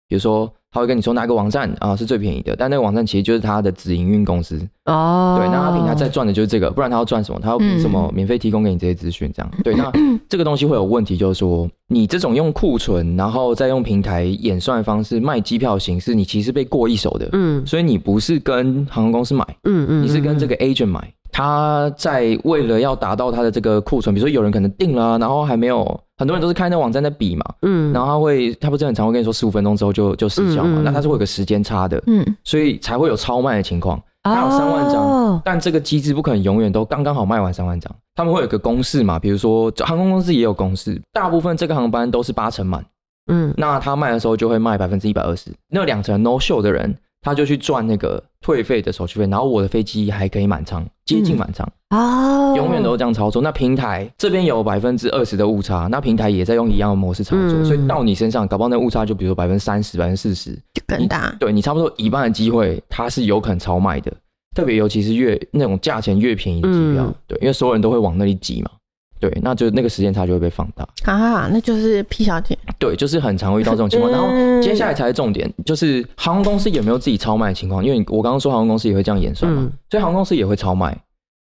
Speaker 1: 比如说他会跟你说哪个网站啊是最便宜的，但那个网站其实就是它的子营运公司，
Speaker 3: 哦，
Speaker 1: 对，那它平台在赚的就是这个，不然它要赚什么？它要凭什么免费提供给你这些资讯？这样，对，那这个东西会有问题，就是说你这种用库存，然后再用平台演算的方式卖机票的形式，你其实被过一手的，
Speaker 3: 嗯
Speaker 1: 所以你不是跟航空公司买。
Speaker 3: 嗯嗯，
Speaker 1: 你是跟这
Speaker 3: 个
Speaker 1: 个 agent 买，他在为了要达到他的这个库存，比如说有人可能定了啊、然后还没有，很多人都是开那网站在比嘛，
Speaker 3: 嗯，
Speaker 1: 然后他会，他不是很常会跟你说十五分钟之后就就失效嘛，
Speaker 3: 嗯嗯嗯
Speaker 1: 那他是会有个时间差的，
Speaker 2: 嗯
Speaker 1: 所以才会有超卖的情况。
Speaker 3: 他
Speaker 1: 有3万张
Speaker 3: 哦
Speaker 1: 但这个机制不可能永远都刚刚好卖完三万张，他们会有个公式嘛，比如说航空公司也有公式，大部分这个航班都是八成满，
Speaker 3: 嗯
Speaker 1: 那他卖的时候就会卖百分之一百二十，那两成 no show 的人，他就去赚那个退费的手续费，然后我的飞机还可以满仓，接近满仓。
Speaker 3: 哦，
Speaker 1: 永远都是这样操作。那平台这边有百分之二十的误差，那平台也在用一样的模式操作，
Speaker 3: 嗯
Speaker 1: 所以到你身上，搞不好那误差就比如说百分之三十、百分之四十，
Speaker 2: 就更大，
Speaker 1: 对你差不多一半的机会，它是有可能超卖的。特别尤其是越那种价钱越便宜的机票，
Speaker 3: 嗯
Speaker 1: 对，因为所有人都会往那里挤嘛，对，那就那个时间差就会被放大，
Speaker 2: 啊，那就是 P 小姐，
Speaker 1: 对，就是很常会遇到这种情
Speaker 3: (laughs)
Speaker 1: 况。然后
Speaker 2: 嗯
Speaker 1: 接下来才是重点，就是航空公司有没有自己超卖的情况？因为你我刚刚说航空公司也会这样演算嘛，
Speaker 3: 嗯
Speaker 1: 所以航空公司也会超卖。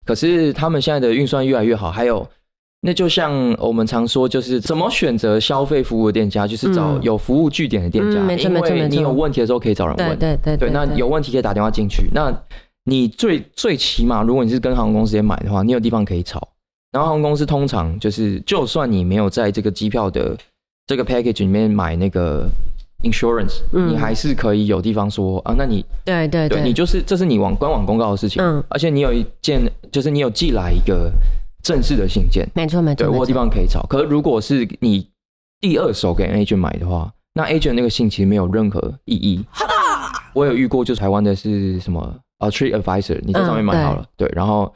Speaker 1: 可是他们现在的运算越来越好，还有那就像我们常说，就是怎么选择消费服务的店家，就是找
Speaker 3: 嗯
Speaker 1: 有服务据点的店家，
Speaker 3: 嗯没错
Speaker 1: 因
Speaker 3: 没错
Speaker 1: 为
Speaker 3: 没
Speaker 1: 你
Speaker 3: 错
Speaker 1: 有问题的时候可以找人问。
Speaker 3: 对对
Speaker 1: 对
Speaker 3: 对
Speaker 1: 那有问题可以打电话进去。那你最最起码，如果你是跟航空公司也买的话，你有地方可以吵。然后航空公司通常就是，就算你没有在这个机票的这个 package 里面买那个 insurance，、
Speaker 3: 嗯
Speaker 1: 你还是可以有地方说啊，那你
Speaker 3: 对对
Speaker 1: 对你就是这是你网官网公告的事情，
Speaker 3: 嗯，
Speaker 1: 而且你有一件就是你有寄来一个正式的信件，
Speaker 3: 没错没错，
Speaker 1: 对我
Speaker 3: 没
Speaker 1: 有
Speaker 3: 错
Speaker 1: 地方可以吵。可是如果是你第二手给 agent 买的话，那 agent 那个信其实没有任何意义。我有遇过，就台湾的是什么啊，Tree Advisor，你在上面买好了，对，然后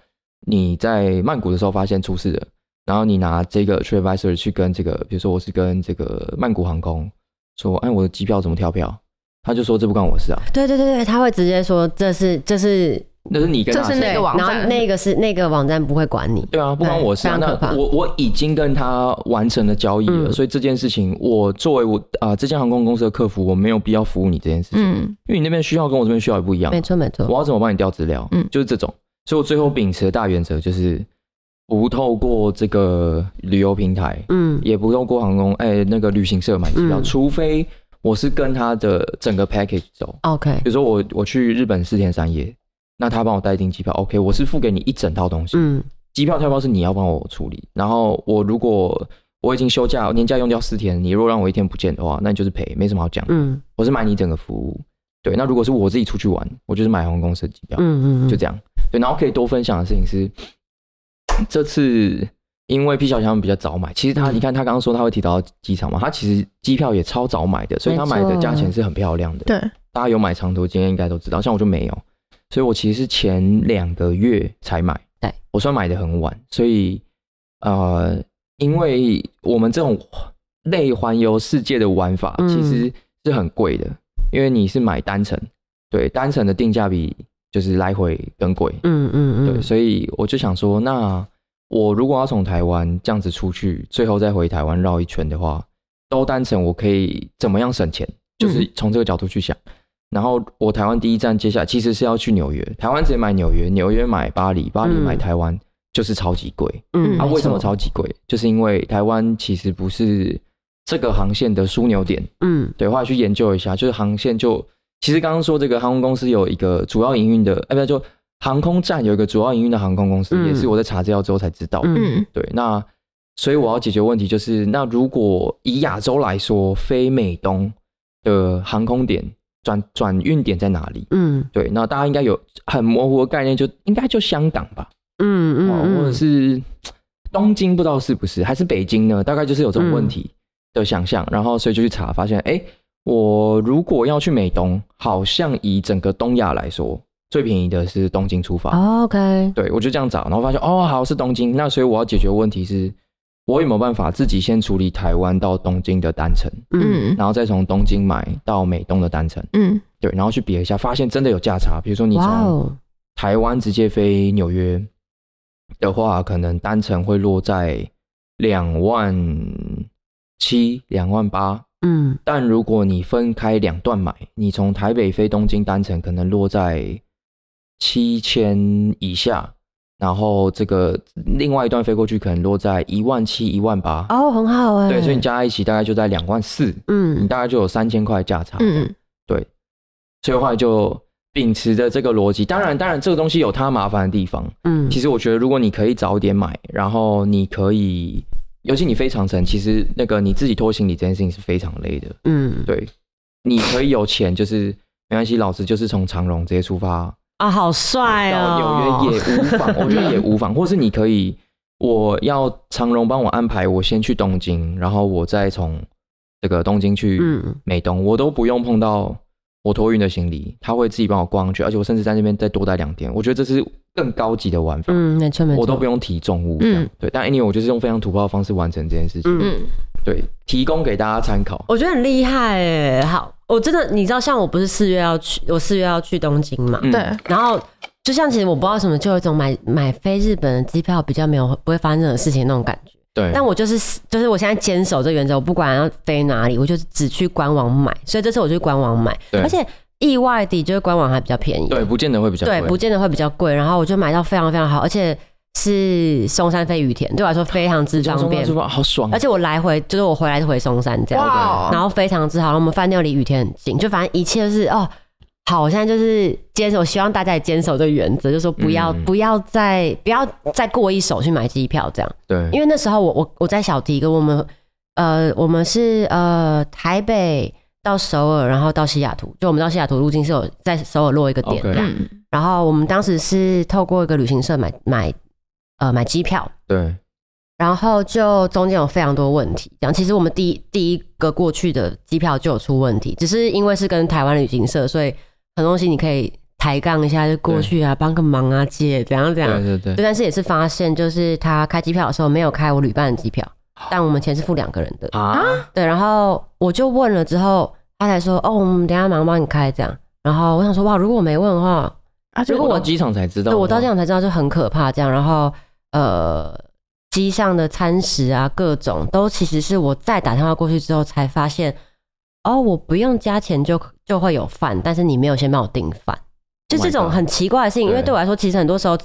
Speaker 1: 你在曼谷的时候发现出事了，然后你拿这个 Tree Advisor 去跟这个，比如说我是跟这个曼谷航空说，哎，我的机票怎么跳票？他就说这不关我事啊，
Speaker 3: 对对对对，他会直接说这是这是
Speaker 1: 那是你跟
Speaker 2: 就
Speaker 1: 他
Speaker 2: 是那个网
Speaker 3: 然后
Speaker 2: 站，
Speaker 3: 那个是那个网站不会管你，
Speaker 1: 对啊，不关我事啊。
Speaker 3: 对非常可怕
Speaker 1: 那我我已经跟他完成了交易了，
Speaker 3: 嗯
Speaker 1: 所以这件事情，我作为我啊、这间航空公司的客服，我没有必要服务你这件事情，
Speaker 2: 嗯
Speaker 1: 因为你那边需要跟我这边需要也不一样。
Speaker 3: 没错没错，
Speaker 1: 我要怎么帮你调资料？
Speaker 2: 嗯
Speaker 1: 嗯，就是这种。所以我最后秉持的大原则就是，不透过这个旅游平台，
Speaker 3: 嗯
Speaker 1: 也不透过航空哎、那个旅行社买机票，
Speaker 3: 嗯
Speaker 1: 除非我是跟他的整个 package 走。
Speaker 3: ，OK，
Speaker 1: 比如说我我去日本四天三夜，那他帮我代订机票，OK，我是付给你一整套东西，
Speaker 3: 嗯
Speaker 1: 机票、跳票是你要帮我处理。然后我如果我已经休假，年假用掉四天，你如果让我一天不见的话，那你就是赔，没什么好讲。
Speaker 3: 嗯
Speaker 1: 我是买你整个服务，对。那如果是我自己出去玩，我就是买航空公司的机票，
Speaker 3: 嗯嗯，
Speaker 1: 就这样。对，然后可以多分享的事情是，这次因为 P 小强他们比较早买，其实他、
Speaker 3: 嗯
Speaker 1: 你看他刚刚说他会提到机场嘛，他其实机票也超早买的，所以他买
Speaker 3: 没
Speaker 1: 的
Speaker 3: 错
Speaker 1: 价钱是很漂亮的。
Speaker 2: 对，
Speaker 1: 大家有买长途经验应该都知道，像我就没有，所以我其实是前两个月才买，
Speaker 3: 对
Speaker 1: 我算买的很晚，所以呃，因为我们这种类环游世界的玩法
Speaker 3: 嗯
Speaker 1: 其实是很贵的，因为你是买单程，对，单程的定价比就是来回更贵，
Speaker 3: 嗯嗯
Speaker 1: 对，
Speaker 3: 嗯，
Speaker 1: 所以我就想说，那我如果要从台湾这样子出去，最后再回台湾绕一圈的话，都单程我可以怎么样省钱？就是
Speaker 3: 嗯
Speaker 1: 从这个角度去想。然后我台湾第一站接下来其实是要去纽约，台湾直接买纽约，纽约买巴黎，巴黎买
Speaker 3: 嗯
Speaker 1: 台湾、就是超级贵。
Speaker 3: 嗯，
Speaker 1: 啊，
Speaker 3: 没
Speaker 1: 为什么
Speaker 3: 错？
Speaker 1: 超级贵？就是因为台湾其实不是这个航线的枢纽点。
Speaker 3: 嗯
Speaker 1: 对，后来去研究一下，就是航线就其实刚刚说这个航空公司有一个主要营运的，哎，不就航空站有一个主要营运的航空公司，
Speaker 3: 嗯
Speaker 1: 也是我在查资料之后才知道的。
Speaker 3: 嗯
Speaker 2: 嗯
Speaker 1: 对，那所以我要解决问题就是，那如果以亚洲来说，非美东的航空点转转运点在哪里？
Speaker 3: 嗯
Speaker 1: 对，那大家应该有很模糊的概念就，应该就香港吧，
Speaker 3: 嗯
Speaker 1: 哦，或者
Speaker 3: 嗯，
Speaker 1: 是东京，不知道是不是，还是北京呢？大概就是有这种问题的想象，然后所以就去查，发现哎、诶我如果要去美东，好像以整个东亚来说，最便宜的是东京出发。
Speaker 3: 哦 OK，嗯
Speaker 1: 对我就这样找，然后发现哦，好是东京，那所以我要解决问题是，我有没有办法自己先处理台湾到东京的单程，
Speaker 3: 嗯
Speaker 2: 嗯
Speaker 1: 然后再从东京买到美东的单程，
Speaker 2: 嗯
Speaker 1: 对，然后去比了一下，发现真的有价差，比如说你
Speaker 3: 哇
Speaker 1: 从
Speaker 3: 哦，
Speaker 1: 台湾直接飞纽约的话，可能单程会落在两万七、两万八。
Speaker 3: 嗯
Speaker 1: 但如果你分开两段买，你从台北飞东京单程可能落在七千以下，然后这个另外一段飞过去可能落在一万七、一万八。
Speaker 3: 哦，很好哎，
Speaker 1: 对，所以你加在一起大概就在两万四，你
Speaker 3: 嗯
Speaker 1: 大概就有三千块价差。嗯，
Speaker 2: 嗯
Speaker 1: 所以后来就秉持着这个逻辑，当然，当然这个东西有它麻烦的地方。
Speaker 3: 嗯，
Speaker 1: 其实我觉得，如果你可以早一点买，然后你可以，尤其你飞长城，其实那个你自己拖行李这件事情是非常累的。
Speaker 3: 嗯
Speaker 1: 对，你可以有钱，就是没关系，老子就是从长荣直接出发
Speaker 3: 啊，好帅
Speaker 1: 到
Speaker 3: 哦，
Speaker 1: 纽约也无妨，我觉得也无妨。或是你可以，我要长荣帮我安排，我先去东京，然后我再从这个东京去
Speaker 3: 嗯
Speaker 1: 美东，我都不用碰到我托运的行李，他会自己帮我挂上去，而且我甚至在那边再多待两天，我觉得这是更高级的玩法。
Speaker 3: 嗯，没错没错，
Speaker 1: 我都不
Speaker 3: 用，
Speaker 1: 用提重物，这样、
Speaker 2: 嗯
Speaker 1: 对。但 anyway，我就是用非常土炮的方式完成这件事情，
Speaker 3: 嗯，哦
Speaker 2: 嗯，
Speaker 1: 对，提供给大家参考。
Speaker 3: 我觉得很厉害哎，好，我真的，你知道，像我不是四月要去，我四月要去东京嘛，
Speaker 1: 嗯
Speaker 2: 对，
Speaker 3: 然后就像其实我不知道为什么，就有一种买买飞日本的机票比较没有不会发生这种事情那种感觉。
Speaker 1: 对，
Speaker 3: 但我就是就是我现在坚守这个原则，我不管要飞哪里，我就只去官网买。所以这次我就去官网买，
Speaker 1: 对
Speaker 3: 而且意外地就是官网还比较便宜，
Speaker 1: 对不见得会比较
Speaker 3: 对，
Speaker 1: 贵
Speaker 3: 不见得会比较贵。然后我就买到非常非常好，而且是松山飞羽田，对我来说非常之
Speaker 1: 讲
Speaker 3: 方
Speaker 1: 松
Speaker 3: 便
Speaker 1: 山出。发好爽啊
Speaker 3: 而，且我来回就是我回来就回松山这样，
Speaker 2: 哇
Speaker 1: 嗯
Speaker 3: 然
Speaker 2: 哦，
Speaker 3: 后非常之好。然后我们饭店离雨天很近，就反正一切就是哦，好，我现在就是坚守，希望大家也坚守这个原则，就说不要、
Speaker 1: 嗯
Speaker 3: 不要再不要再过一手去买机票这样。
Speaker 1: 对，
Speaker 3: 因为那时候我我我在小迪跟我们呃我们是呃台北到首尔，然后到西雅图，就我们到西雅图路径是有在首尔落一个点
Speaker 1: OK
Speaker 3: 这样。
Speaker 2: 嗯
Speaker 3: 然后我们当时是透过一个旅行社买买呃买机票，
Speaker 1: 对，
Speaker 3: 然后就中间有非常多问题，讲其实我们第一第一个过去的机票就有出问题，只是因为是跟台湾旅行社，所以很多东西你可以抬杠一下就过去啊，帮个忙啊，姐怎样怎样。
Speaker 1: 对对
Speaker 3: 对，
Speaker 1: 对，
Speaker 3: 但是也是发现，就是他开机票的时候没有开我旅伴的机票，但我们钱是付两个人的。
Speaker 1: 哦啊，
Speaker 3: 对，然后我就问了之后，他才说哦，我们等一下马上帮你开这样。然后我想说哇，如果我没问的话，
Speaker 2: 啊，
Speaker 3: 如
Speaker 2: 如
Speaker 3: 果
Speaker 1: 我
Speaker 2: 果
Speaker 3: 我
Speaker 1: 到机场才知道，
Speaker 3: 对我到现场才知道就很可怕，这样，然后呃，机上的餐食啊，各种都其实是我再打电话过去之后才发现，哦，我不用加钱就就会有饭，但是你没有先帮我订饭，就
Speaker 1: Oh my
Speaker 3: 这种
Speaker 1: God
Speaker 3: 很奇怪的事情，因为
Speaker 1: 对
Speaker 3: 对我来说，其实很多时候，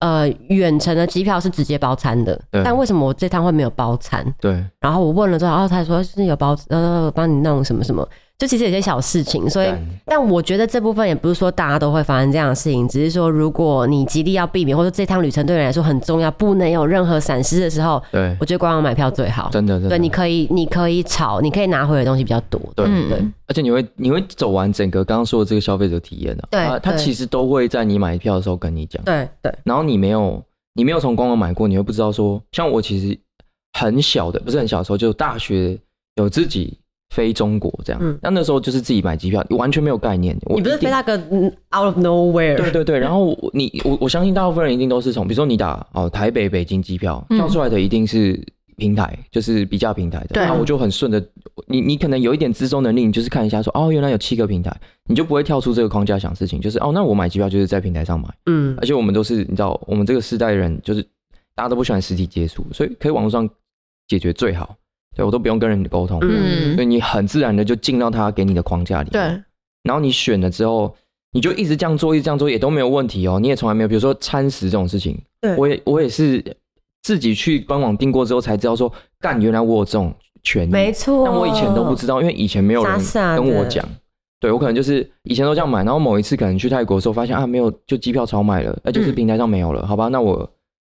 Speaker 3: 呃，远程的机票是直接包餐的，
Speaker 1: 对
Speaker 3: 但为什么我这趟会没有包餐？
Speaker 1: 对
Speaker 3: 然后我问了之后，然后他说是有包，呃，帮你弄什么什么，就其实有些小事情，所以
Speaker 1: 干
Speaker 3: 但我觉得这部分也不是说大家都会发生这样的事情，只是说如果你极力要避免，或者这趟旅程对你来说很重要，不能有任何闪失的时候，
Speaker 1: 对，
Speaker 3: 我觉得官网买票最好。
Speaker 1: 真的真的，
Speaker 3: 对，你可以，你可以炒，你可以拿回的东西比较多。
Speaker 1: 对
Speaker 2: 嗯，
Speaker 1: 而且你会你会走完整个刚刚说的这个消费者体验的、啊，
Speaker 3: 对
Speaker 1: 他他
Speaker 3: 对
Speaker 1: 其实都会在你买票的时候跟你讲，
Speaker 3: 对对
Speaker 1: 然后你没有你没有从官网买过，你会不知道说，像我其实很小的，不是很小的时候，就大学有自己飞中国这样，
Speaker 3: 嗯
Speaker 1: 那、那时候就是自己买机票，完全没有概念，我
Speaker 3: 你不是
Speaker 1: 一定
Speaker 3: 飞那个嗯 out of nowhere？
Speaker 1: 对对对，然
Speaker 2: 嗯
Speaker 1: 后我你我我相信大部分人一定都是从，比如说你打哦台北北京机票
Speaker 2: 嗯
Speaker 1: 跳出来的一定是平台，就是比价平台的。
Speaker 2: 对
Speaker 1: 那我就很顺着你，你可能有一点自搜能力，你就是看一下说哦原来有七个平台，你就不会跳出这个框架想事情，就是哦那我买机票就是在平台上买，
Speaker 3: 嗯
Speaker 1: 而，且我们都是你知道我们这个世代人就是大家都不喜欢实体接触，所以可以网络上解决最好。对我都不用跟人沟通，
Speaker 3: 嗯
Speaker 1: 所以你很自然的就进到他给你的框架里面。
Speaker 2: 对，
Speaker 1: 然后你选了之后，你就一直这样做，一直这样做也都没有问题哦，你也从来没有，比如说餐食这种事情，
Speaker 3: 对
Speaker 1: 我也我也是自己去官网订过之后才知道说，干，原来我有这种权
Speaker 3: 没
Speaker 1: 利，
Speaker 3: 错。
Speaker 1: 但我以前都不知道，因为以前没有人
Speaker 3: 傻傻的
Speaker 1: 跟我讲。对我可能就是以前都这样买，然后某一次可能去泰国的时候发现啊没有，就机票超卖了，那、就是
Speaker 3: 嗯
Speaker 1: 平台上没有了，好吧，那我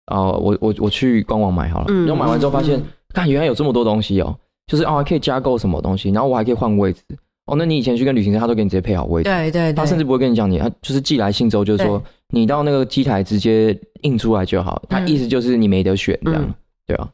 Speaker 1: 啊、呃我我我去官网买好了，
Speaker 3: 嗯
Speaker 1: 然后买完之后发现
Speaker 3: 嗯，
Speaker 1: 看、原来有这么多东西哦，就是哦还可以加购什么东西，然后我还可以换位置，哦，那你以前去跟旅行社他都给你直接配好位置，
Speaker 3: 对对
Speaker 1: 他
Speaker 3: 对，
Speaker 1: 甚至不会跟你讲你，他就是寄来信之后就是说你到那个机台直接印出来就好，他
Speaker 3: 嗯
Speaker 1: 意思就是你没得选这样，
Speaker 3: 嗯
Speaker 1: 对啊。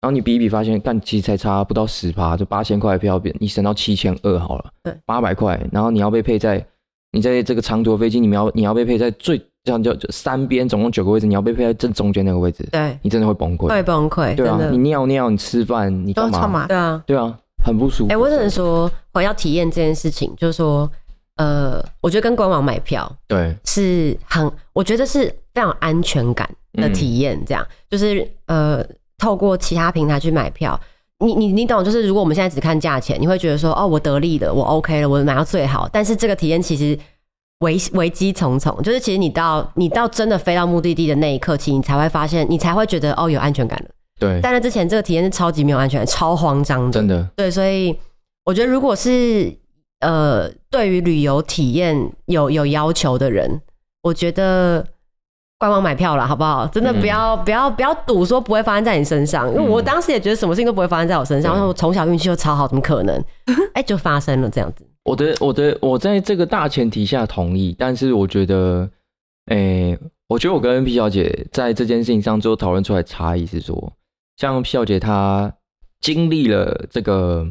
Speaker 1: 然后你比一比，发现干其实才差不到十趴，就八千块的票，你省到七千二好了，
Speaker 3: 对，
Speaker 1: 八百块，然后你要被配在你在这个长途的飞机，你们要你要被配在最这样就就三边，总共九个位置，你要被配在正中间那个位置，
Speaker 3: 对
Speaker 1: 你真的会崩溃，
Speaker 3: 会崩溃，
Speaker 1: 对
Speaker 3: 哎真
Speaker 1: 啊，你
Speaker 3: 的。
Speaker 1: 尿尿，你吃饭，你
Speaker 2: 都
Speaker 1: 干
Speaker 2: 超
Speaker 1: 嘛？
Speaker 2: 麻烦。
Speaker 3: 对啊，
Speaker 1: 对啊，很不舒服。
Speaker 3: 哎、我只能说，我要体验这件事情，就是说，呃，我觉得跟官网买票
Speaker 1: 对
Speaker 3: 是很，我觉得是非常有安全感的体验。这样、就是呃，透过其他平台去买票，你你你懂，就是如果我们现在只看价钱，你会觉得说，哦，我得利了，我 OK 了，我买到最好。但是这个体验其实危危机重重，就是其实你到你到真的飞到目的地的那一刻起，你才会发现，你才会觉得哦有安全感了。
Speaker 1: 对，
Speaker 3: 但是之前这个体验是超级没有安全感，超慌张的。
Speaker 1: 真的
Speaker 3: 对，所以我觉得如果是呃对于旅游体验有有要求的人，我觉得官网买票了，好不好？真的
Speaker 1: 嗯
Speaker 3: 不要、不要不要赌说不会发生在你身上，因为我当时也觉得什么事情都不会发生在我身上，
Speaker 1: 对
Speaker 3: 然后我从小运气又超好，怎么可能？哎、就发生了这样子。
Speaker 1: 我的我的我在这个大前提下同意，但是我觉得，诶、我觉得我跟 P 小姐在这件事情上最后讨论出来的差异是说，像 P 小姐她经历了这个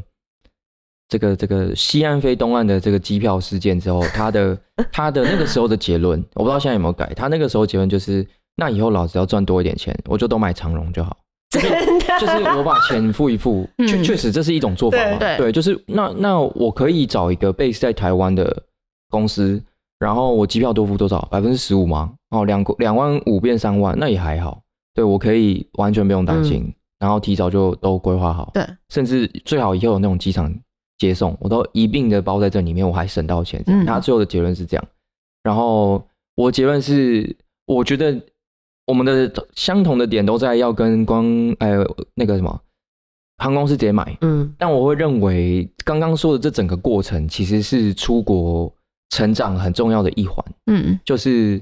Speaker 1: 这个这个西岸飞东岸的这个机票事件之后，她
Speaker 2: (laughs)
Speaker 1: 的她的那个时候的结论，我不知道现在有没有改，她那个时候结论就是，那以后老子要赚多一点钱，我就都买长荣就好。
Speaker 3: 真的
Speaker 1: 就是我把钱付一付，
Speaker 2: 嗯
Speaker 1: 确确实这是一种做法嘛，
Speaker 2: 对对
Speaker 1: 就是那那我可以找一个 base 在台湾的公司，然后我机票多付多少，百分之十五吗？哦，两两万五变三万，那也还好，对我可以完全不用担心，然后提早就都规划好，
Speaker 2: 嗯对，
Speaker 1: 甚至最好以后有那种机场接送，我都一并的包在这里面，我还省到钱。
Speaker 2: 嗯
Speaker 1: 他最后的结论是这样，然后我结论是，我觉得我们的相同的点都在要跟光呃那个什么航空公司直接买，
Speaker 3: 嗯
Speaker 1: 但我会认为刚刚说的这整个过程其实是出国成长很重要的一环，
Speaker 2: 嗯
Speaker 1: 就是。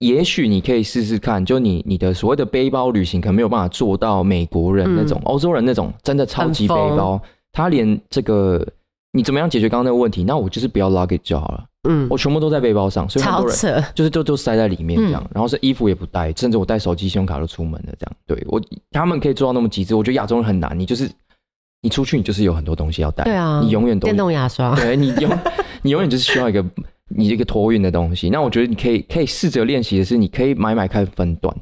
Speaker 1: 也许你可以试试看，就你你的所谓的背包旅行，可能没有办法做到美国人那种、欧、洲人那种真的超级背
Speaker 3: 嗯很疯
Speaker 1: 包，他连这个你怎么样解决刚刚那个问题，那我就是不要 luggage 就好了，
Speaker 3: 嗯
Speaker 1: 我，全部都在背包上，所以很
Speaker 3: 超
Speaker 1: 多人
Speaker 3: 扯。
Speaker 1: 就是就就塞在里
Speaker 3: 嗯
Speaker 1: 面这样，然后是衣服也不带，甚至我带手机、信用卡都出门了这样。对我他们可以做到那么极致，我觉得亚洲人很难，你就是你出去你就是有很多东西要带，
Speaker 3: 对啊
Speaker 1: 你永远都
Speaker 3: 电动牙刷，
Speaker 1: 对你
Speaker 3: (laughs)
Speaker 1: 永你永远就是需要一个你这个托运的东西。那我觉得你可以可以试着练习的是，你可以买买看分段，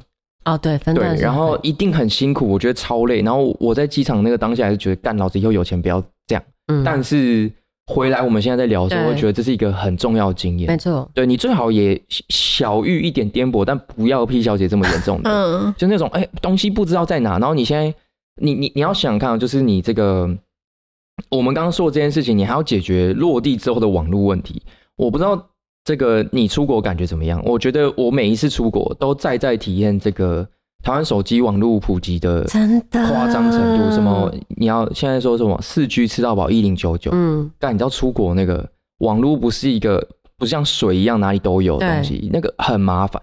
Speaker 3: 哦，对，分段
Speaker 1: 对，
Speaker 3: 是
Speaker 1: 然后
Speaker 3: 很
Speaker 1: 一定很辛苦，我觉得超累。然后我在机场那个当下还是觉得干，老子以后有钱不要这样。
Speaker 3: 嗯
Speaker 1: 但是回来我们现在在聊的时候，
Speaker 3: 对
Speaker 1: 我会觉得这是一个很重要的经验
Speaker 3: 没。错，
Speaker 1: 对你最好也小遇一点颠簸，但不要 P 小姐这么严重的。
Speaker 2: 嗯，
Speaker 1: 就那种哎、东西不知道在哪，然后你现在你你你要想想看啊，就是你这个我们刚刚说的这件事情，你还要解决落地之后的网络问题。我不知道这个你出国感觉怎么样？我觉得我每一次出国都再再体验这个台湾手机网络普及的
Speaker 3: 真的啊
Speaker 1: 夸张程度，什么你要现在说什么四 G 吃到饱一零九九，
Speaker 3: 嗯，
Speaker 1: 但你知道出国那个网络不是一个不像水一样哪里都有的东西，那个很麻烦。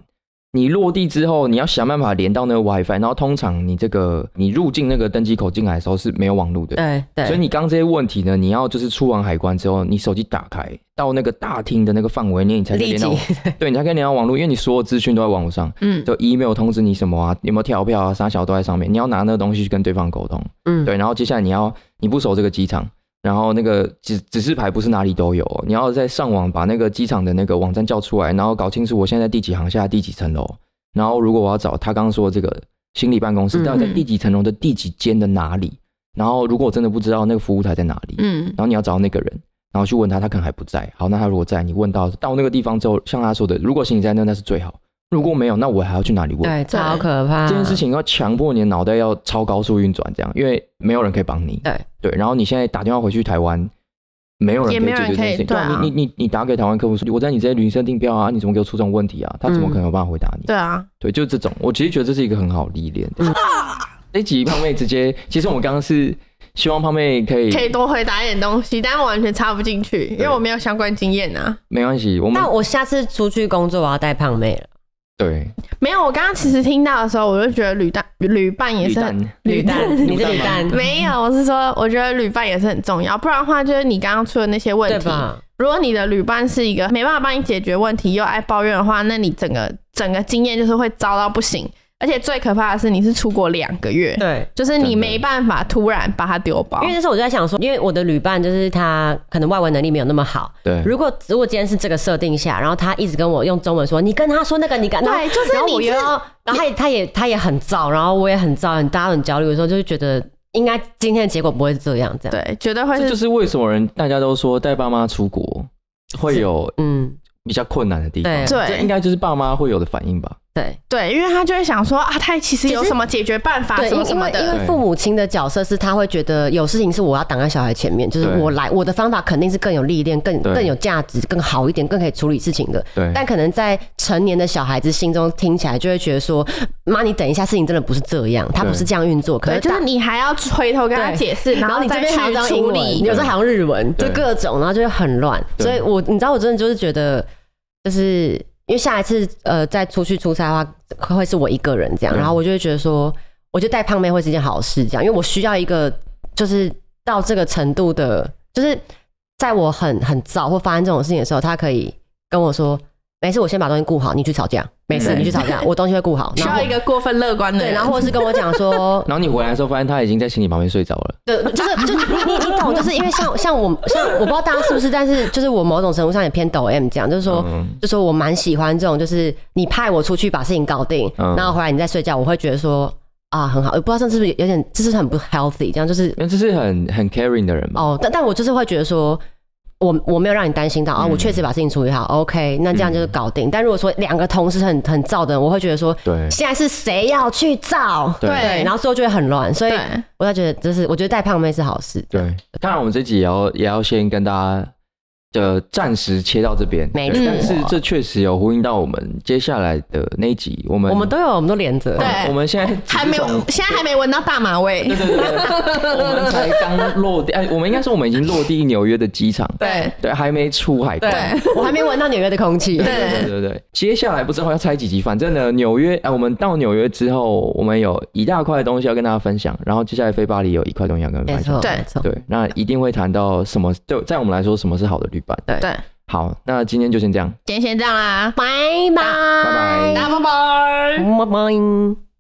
Speaker 1: 你落地之后，你要想办法连到那个 WiFi，然后通常你这个你入境那个登机口进来的时候是没有网络的，
Speaker 3: 对对，
Speaker 1: 所以你刚刚这些问题呢，你要就是出完海关之后，你手机打开到那个大厅的那个范围内，你才可以
Speaker 3: 立
Speaker 1: 连
Speaker 3: 即
Speaker 1: 到，对，你才可以连到网络，因为你所有资讯都在网络上，
Speaker 2: 嗯，
Speaker 1: 就 email 通知你什么啊，有没有跳票啊，啥小都在上面，你要拿那个东西去跟对方沟通。
Speaker 3: 嗯，
Speaker 1: 对，然后接下来你要你不熟这个机场，然后那个指指示牌不是哪里都有哦、你要在上网把那个机场的那个网站叫出来，然后搞清楚我现在在第几行下第几层楼，然后如果我要找他刚刚说的这个心理办公室到底在
Speaker 2: 嗯
Speaker 1: 第几层楼的第几间的哪里，然后如果我真的不知道那个服务台在哪里，
Speaker 2: 嗯
Speaker 1: 然后你要找那个人。然后去问他，他可能还不在。好，那他如果在，你问到到那个地方之后，像他说的，如果行李在那，那是最好；如果没有，那我还要去哪里问？
Speaker 3: 对，超可
Speaker 2: 嗯
Speaker 3: 怕，
Speaker 1: 这件事情要强迫你的脑袋要超高速运转，这样，因为没有人可以帮你。
Speaker 3: 对
Speaker 1: 然后你现在打电话回去台湾，没有人
Speaker 2: 也
Speaker 1: 可
Speaker 2: 没
Speaker 1: 以
Speaker 2: 有
Speaker 1: 解决
Speaker 2: 人
Speaker 1: 这件事情。
Speaker 2: 可以对啊
Speaker 1: 你你你你打给台湾客服说，我在你这些旅行订票啊，你怎么给我出这种问题啊？他怎么可能有办法回答你？
Speaker 2: 对啊，
Speaker 1: 对，就这种，我其实觉得这是一个很好历
Speaker 2: (laughs)
Speaker 1: 练的。这集胖妹直接，其实我们刚刚是希望胖妹可以，
Speaker 2: 可以多回答一点东西，但我完全插不进去，因为我没有相关经验啊。
Speaker 1: 没关系，我们
Speaker 3: 那我下次出去工作，我要带胖妹了。
Speaker 1: 对
Speaker 2: 没有，我刚刚其实听到的时候，我就觉得旅伴旅伴也
Speaker 1: 绿
Speaker 2: 是很
Speaker 1: 蛋
Speaker 3: 履带你是履带
Speaker 2: (laughs) 没有，我是说，我觉得旅伴也是很重要，不然的话，就是你刚刚出的那些问
Speaker 3: 对
Speaker 2: 题，
Speaker 3: 吧？
Speaker 2: 如果你的旅伴是一个没办法帮你解决问题又爱抱怨的话，那你整个整个经验就是会糟到不行。而且最可怕的是，你是出国两个月，
Speaker 3: 对，
Speaker 2: 就是
Speaker 1: 真的
Speaker 2: 你没办法突然把它丢包
Speaker 3: 因。为那时候我就在想说，因为我的旅伴就是他可能外文能力没有那么好。
Speaker 1: 对，
Speaker 3: 如果如果今天是这个设定下，然后他一直跟我用中文说，你跟他说那个，你跟然后
Speaker 2: 对，就是
Speaker 3: 然后我
Speaker 2: 你
Speaker 3: 又
Speaker 2: 是
Speaker 3: 要，然后他也他也他也很燥，然后我也很燥，很大家都很焦虑的时候，就是觉得应该今天的结果不会这样，这样。
Speaker 2: 对，绝对会
Speaker 1: 这就是是为什么人大家都说带爸妈出国会有
Speaker 3: 嗯，
Speaker 1: 比较困难的地方，
Speaker 3: 对
Speaker 1: 这应
Speaker 2: 对
Speaker 1: 该就是爸妈会有的反应吧。
Speaker 3: 对
Speaker 2: 对，因为他就会想说啊，他其实有
Speaker 3: 其实
Speaker 2: 什么解决办法
Speaker 3: 对，
Speaker 2: 啊什
Speaker 3: 因
Speaker 2: 么什
Speaker 3: 因
Speaker 2: 么
Speaker 3: 为因
Speaker 2: 的。
Speaker 3: 为父母亲的角色是他会觉得有事情是我要挡在小孩前面，就是
Speaker 1: 对
Speaker 3: 我来我的方法肯定是更有历练、更
Speaker 1: 对
Speaker 3: 更有价值、更好一点、更可以处理事情的。
Speaker 1: 对，
Speaker 3: 但可能在成年的小孩子心中听起来就会觉得说，妈，你等一下，事情真的不是这样，他不是这样运作。可
Speaker 2: 对，
Speaker 3: 是
Speaker 2: 就是
Speaker 3: 大。
Speaker 2: 你还要回头跟他
Speaker 3: 对
Speaker 2: 解释，然
Speaker 3: 然后
Speaker 2: 后
Speaker 3: 你这
Speaker 2: 再
Speaker 3: 边还要当
Speaker 2: 去
Speaker 3: 英
Speaker 2: 处
Speaker 3: 文，你
Speaker 2: 理。
Speaker 3: 有时候还用日文，就
Speaker 1: 对
Speaker 3: 各种，然后就会很乱。
Speaker 1: 对
Speaker 3: 所以我，你知道，我真的就是觉得，就是因为下一次呃再出去出差的话，会是我一个人这样，
Speaker 1: 嗯
Speaker 3: 然后我就会觉得说，我就带胖妹会是一件好事，这样，因为我需要一个就是到这个程度的，就是在我很很躁或发生这种事情的时候，他可以跟我说。没事，我先把东西顾好，你去吵架。没事，
Speaker 1: 对
Speaker 3: 你去吵架，我东西会顾好。
Speaker 2: 需
Speaker 3: 然后
Speaker 2: 要一个过分乐观的人，
Speaker 3: 对，然后或者是跟我讲说，
Speaker 1: 然后你回来的时候，发现他已经在行李旁边睡着了。
Speaker 3: 对，就是就 (laughs) 你你你懂，就是因为像像我像我不知道大家是不是，但是就是我某种程度上也偏抖 M 这样，就是说。
Speaker 1: 嗯，
Speaker 3: 就说我蛮喜欢这种，就是你派我出去把事情搞定，
Speaker 1: 嗯
Speaker 3: 然后回来你再睡觉，我会觉得说啊很好，我不知道这是不是有点，这是不是很不 healthy，这样就是
Speaker 1: 因为这是很很 caring 的人嘛。
Speaker 3: 哦，但但我就是会觉得说，我我没有让你担心到啊，
Speaker 1: 嗯
Speaker 3: 我确实把事情处理好，OK，那这样就是搞定。但如果说两个同事很很燥的人，我会觉得说
Speaker 1: 对
Speaker 3: 现在是谁要去燥，
Speaker 1: 对
Speaker 3: 对，然后最后就会很乱，所以
Speaker 2: 对
Speaker 3: 我才觉得这是我觉得带胖妹是好事，
Speaker 1: 对，当然我们这集也要也要先跟大家的暂时切到这边，
Speaker 3: 没
Speaker 1: 对
Speaker 3: 错
Speaker 1: 但是这确实有呼应到我们接下来的那一集，我们
Speaker 3: 我们都有，我们都连着。
Speaker 1: 我们
Speaker 2: 对
Speaker 1: 我们现在
Speaker 2: 还没有，现在还没闻到大马味
Speaker 1: 对。对对对，我们才刚落地，哎，我们应该说我们已经落地纽约的机场，
Speaker 2: 对
Speaker 1: 对，还没出海关。
Speaker 2: 对
Speaker 3: 我还没闻到纽约的空气。
Speaker 2: 对
Speaker 1: 对对对，接下来不知道要拆几集，反正呢，纽约，哎、我们到纽约之后，我们有一大块的东西要跟大家分享，然后接下来飞巴黎有一块东西要跟大家
Speaker 3: 没
Speaker 1: 分享。
Speaker 3: 错，
Speaker 2: 对
Speaker 3: 没错。
Speaker 1: 对，那一定会谈到什么？对，在我们来说，什么是好的旅伴？
Speaker 2: 对，
Speaker 1: 好，那今天就先这样，
Speaker 2: 今天先这样啦，
Speaker 3: 拜拜，
Speaker 1: 拜拜
Speaker 2: 大家拜拜。
Speaker 3: 拜拜。